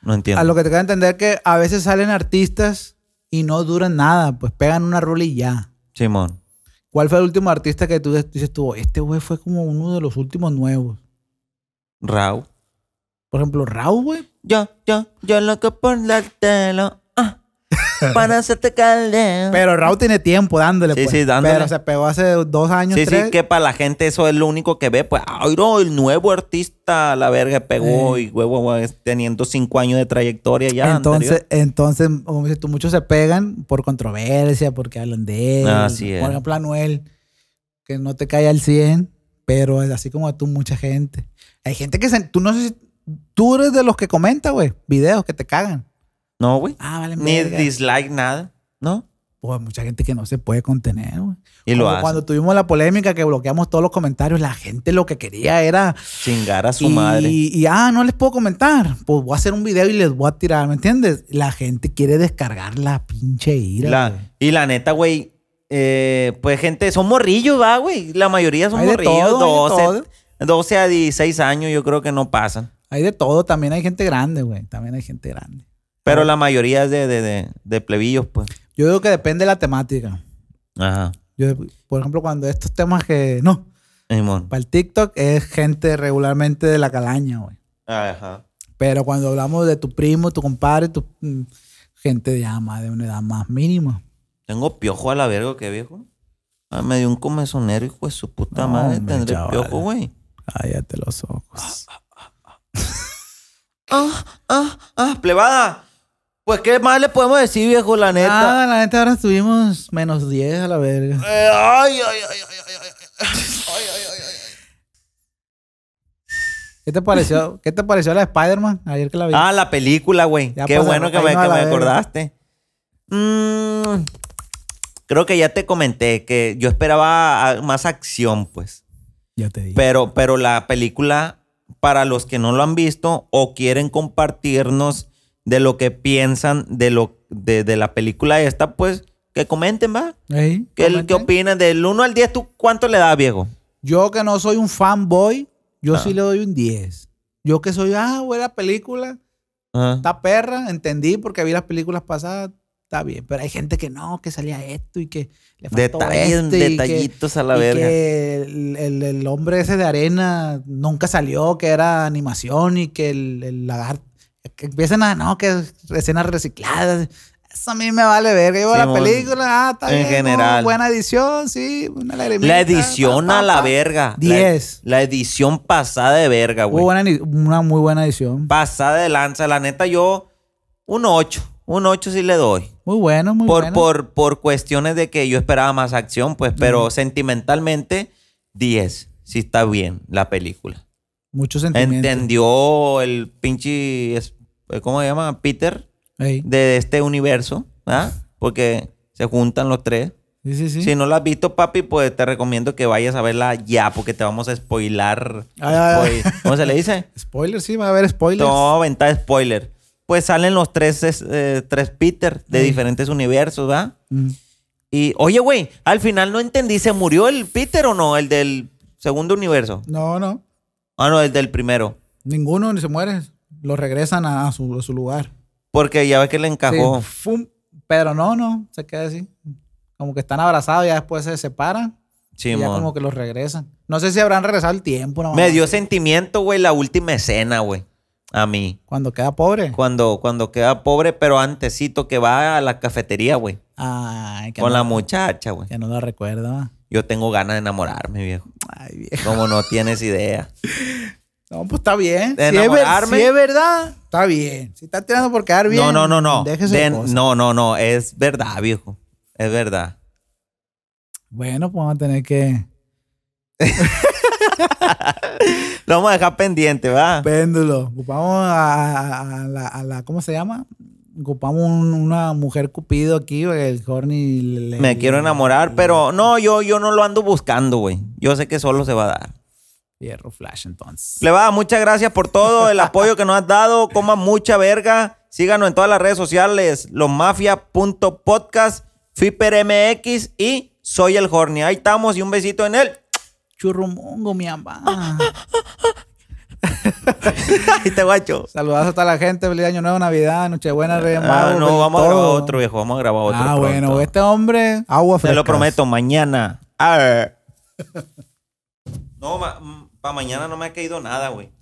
Speaker 1: No entiendo.
Speaker 2: A lo que te queda entender que a veces salen artistas y no duran nada, pues pegan una rola y ya.
Speaker 1: Simón.
Speaker 2: ¿Cuál fue el último artista que tú dices tú, este güey fue como uno de los últimos nuevos?
Speaker 1: Raúl.
Speaker 2: Por ejemplo, Raúl, güey.
Speaker 4: Yo, yo, yo loco por dártelo. ah,
Speaker 2: (laughs)
Speaker 4: para hacerte caldero.
Speaker 2: Pero Raúl tiene tiempo dándole,
Speaker 1: Ah. Sí,
Speaker 2: pues.
Speaker 1: sí, dándole.
Speaker 2: Pero se pegó hace dos años,
Speaker 1: Sí,
Speaker 2: tres.
Speaker 1: sí, que para la gente eso es lo único que ve. Pues, ay, no, el nuevo artista, la verga, pegó y huevo, huevo, es teniendo cinco años de trayectoria ya.
Speaker 2: Entonces,
Speaker 1: anterior.
Speaker 2: entonces, como dices tú, muchos se pegan por controversia, porque hablan de él.
Speaker 1: Ah, Así es.
Speaker 2: Por ejemplo, Anuel, que no te cae al 100, pero es así como a tú, mucha gente. Hay gente que se, tú no sé si, tú eres de los que comenta, güey, videos que te cagan.
Speaker 1: No, güey.
Speaker 2: Ah, vale,
Speaker 1: Ni
Speaker 2: verga.
Speaker 1: dislike, nada. ¿No?
Speaker 2: Pues mucha gente que no se puede contener, güey.
Speaker 1: Y lo
Speaker 2: Como
Speaker 1: hace.
Speaker 2: Cuando tuvimos la polémica que bloqueamos todos los comentarios, la gente lo que quería era
Speaker 1: Chingar a su
Speaker 2: y,
Speaker 1: madre.
Speaker 2: Y ah, no les puedo comentar. Pues voy a hacer un video y les voy a tirar, ¿me entiendes? La gente quiere descargar la pinche ira. güey.
Speaker 1: La, y la neta, güey, eh, pues gente, son morrillos, va, güey. La mayoría son
Speaker 2: Hay de
Speaker 1: morrillos,
Speaker 2: todo, hay de
Speaker 1: 12, 12 a 16 años, yo creo que no pasan.
Speaker 2: Hay de todo, también hay gente grande, güey. También hay gente grande. Ah.
Speaker 1: Pero la mayoría es de, de, de, de plebillos, pues.
Speaker 2: Yo digo que depende de la temática.
Speaker 1: Ajá.
Speaker 2: Yo, por ejemplo, cuando estos temas que. No,
Speaker 1: Simón.
Speaker 2: para el TikTok es gente regularmente de la calaña, güey.
Speaker 1: Ajá.
Speaker 2: Pero cuando hablamos de tu primo, tu compadre, tu mm, gente ya más de una edad más mínima.
Speaker 1: Tengo piojo a la verga, qué viejo. Ah, me dio un comezonero, hijo de su puta
Speaker 2: No,
Speaker 1: madre.
Speaker 2: hombre,
Speaker 1: Tendré
Speaker 2: chaval.
Speaker 1: piojo, güey.
Speaker 2: Cállate los ojos.
Speaker 1: Ah, ah, ah, plebada. Pues qué más le podemos decir, viejo, la neta.
Speaker 2: Nada, Ah, la neta ahora estuvimos menos 10 a la verga.
Speaker 1: Eh, ay, ay, ay, ay, ay, ay.
Speaker 2: ¿Qué
Speaker 1: (laughs)
Speaker 2: te pareció? ¿Qué te pareció la de Spider-Man ayer que la vi?
Speaker 1: Ah, la película, güey.
Speaker 2: Ya,
Speaker 1: Qué
Speaker 2: pues,
Speaker 1: bueno que me,
Speaker 2: ahí no
Speaker 1: que
Speaker 2: la
Speaker 1: me
Speaker 2: veo.
Speaker 1: acordaste. Mm, creo que ya te comenté que yo esperaba ah, más acción, pues.
Speaker 2: ya te dije.
Speaker 1: Pero, pero la película, para los que no lo han visto o quieren compartirnos de lo que piensan de, lo, de, de la película esta, pues que comenten, ¿va?
Speaker 2: Ey,
Speaker 1: ¿Qué,
Speaker 2: comenten.
Speaker 1: ¿Qué opinan? Del 1 al 10, ¿tú cuánto le das, viejo?
Speaker 2: Yo que no soy un fanboy, yo
Speaker 1: Ah.
Speaker 2: sí le doy un 10. Yo que soy, ah, buena película,
Speaker 1: Ajá.
Speaker 2: está perra, entendí porque vi las películas pasadas, está bien. Pero hay gente que no, que salía esto y que le faltó
Speaker 1: Detalles,
Speaker 2: esto y que-
Speaker 1: detallitos a la
Speaker 2: y
Speaker 1: verga.
Speaker 2: que el, el- el hombre ese de arena nunca salió, que era animación y que el, el lagarto. Que empiezan a, no, que escenas recicladas. Eso a mí me vale verga. Yo veo la
Speaker 1: Simón.
Speaker 2: película, ah, está
Speaker 1: En
Speaker 2: bien. ¿no?
Speaker 1: general.
Speaker 2: Buena edición, sí. Una lagrimita,
Speaker 1: La edición
Speaker 2: pa, pa,
Speaker 1: a la
Speaker 2: pa.
Speaker 1: verga. La-
Speaker 2: Diez.
Speaker 1: La, edición pasada de verga,
Speaker 2: Muy
Speaker 1: güey.
Speaker 2: buena edi- una muy buena edición.
Speaker 1: Pasada de lanza. La neta, yo un 8. Un 8 sí le doy.
Speaker 2: Muy bueno, muy
Speaker 1: por,
Speaker 2: bueno.
Speaker 1: por, por cuestiones de que yo esperaba más acción, pues, pero sentimentalmente, 10. Sí está bien la película.
Speaker 2: Mucho sentimiento.
Speaker 1: Entendió el pinche, es- ¿cómo se llama? Peter,
Speaker 2: Ey.
Speaker 1: de este universo, ¿ah? Porque se juntan los tres.
Speaker 2: Sí, sí, sí.
Speaker 1: Si no la has visto, papi, pues te recomiendo que vayas a verla ya, porque te vamos a spoilar.
Speaker 2: Ay, ay, ay.
Speaker 1: Spoil- ¿Cómo se le dice?
Speaker 2: Spoiler, sí, va a haber Ah. spoilers.
Speaker 1: pues. No, venta spoiler. Pues salen los tres, es- eh, tres Peter de
Speaker 2: Sí.
Speaker 1: diferentes universos, ¿verdad?
Speaker 2: Mm.
Speaker 1: Y, oye, güey, al final no entendí, ¿se murió el Peter o no? El del segundo universo.
Speaker 2: No, no.
Speaker 1: Ah, no, el del primero.
Speaker 2: Ninguno ni se muere. Lo regresan a, a su, a su lugar.
Speaker 1: Porque ya ves que le encajó.
Speaker 2: Sí, fum, pero no, no. Se queda así. Como que están abrazados, ya después se separan. y ya
Speaker 1: Simón.
Speaker 2: como que los regresan. No sé si habrán regresado el tiempo. No,
Speaker 1: Me dio sentimiento, güey, la última escena, güey. A mí.
Speaker 2: Cuando queda pobre.
Speaker 1: Cuando, cuando queda pobre, pero antesito que va a la cafetería, güey.
Speaker 2: Ay, que
Speaker 1: Con
Speaker 2: no,
Speaker 1: la muchacha, güey.
Speaker 2: que no la recuerdo. ¿va?
Speaker 1: Yo tengo ganas de enamorarme, viejo.
Speaker 2: Ay, viejo.
Speaker 1: Como no tienes idea.
Speaker 2: No, pues está bien. Si
Speaker 1: De
Speaker 2: es, ver-
Speaker 1: enamorarme.
Speaker 2: si es verdad, está bien. Si está tirando por quedar bien.
Speaker 1: No, no, no, no.
Speaker 2: déjese de
Speaker 1: De-
Speaker 2: cosas.
Speaker 1: no, no, no. Es verdad, viejo. Es verdad.
Speaker 2: Bueno, pues vamos a tener que.
Speaker 1: Lo vamos a dejar pendiente, ¿va?
Speaker 2: Péndulo. Ocupamos a, a- a la, a la- ¿Cómo se llama? Ocupamos un- una mujer cupido aquí, porque el Corny. le-
Speaker 1: Me quiero enamorar, pero no, yo, yo no lo ando buscando, güey. Yo sé que solo se va a dar.
Speaker 2: Hierro Flash, entonces.
Speaker 1: Plebada, muchas gracias por todo el apoyo que nos has dado. Coma mucha verga. Síganos en todas las redes sociales, losmafia.podcast, FiperMX y Soy el Horny. Ahí estamos y un besito en (laughs) él.
Speaker 2: Churrumongo, mi amá.
Speaker 1: Ahí te guacho.
Speaker 2: Saludazo a toda la gente. Feliz Año Nuevo, Navidad, Nochebuena, Reyes
Speaker 1: Ah,
Speaker 2: Magos,
Speaker 1: no,
Speaker 2: feliz
Speaker 1: vamos a grabar
Speaker 2: todo.
Speaker 1: otro, viejo. Vamos a grabar otro.
Speaker 2: Ah,
Speaker 1: pronto.
Speaker 2: bueno, este hombre, agua
Speaker 1: Te
Speaker 2: fresca.
Speaker 1: lo prometo, mañana mm, A ver. No, para mañana no me ha caído nada, güey.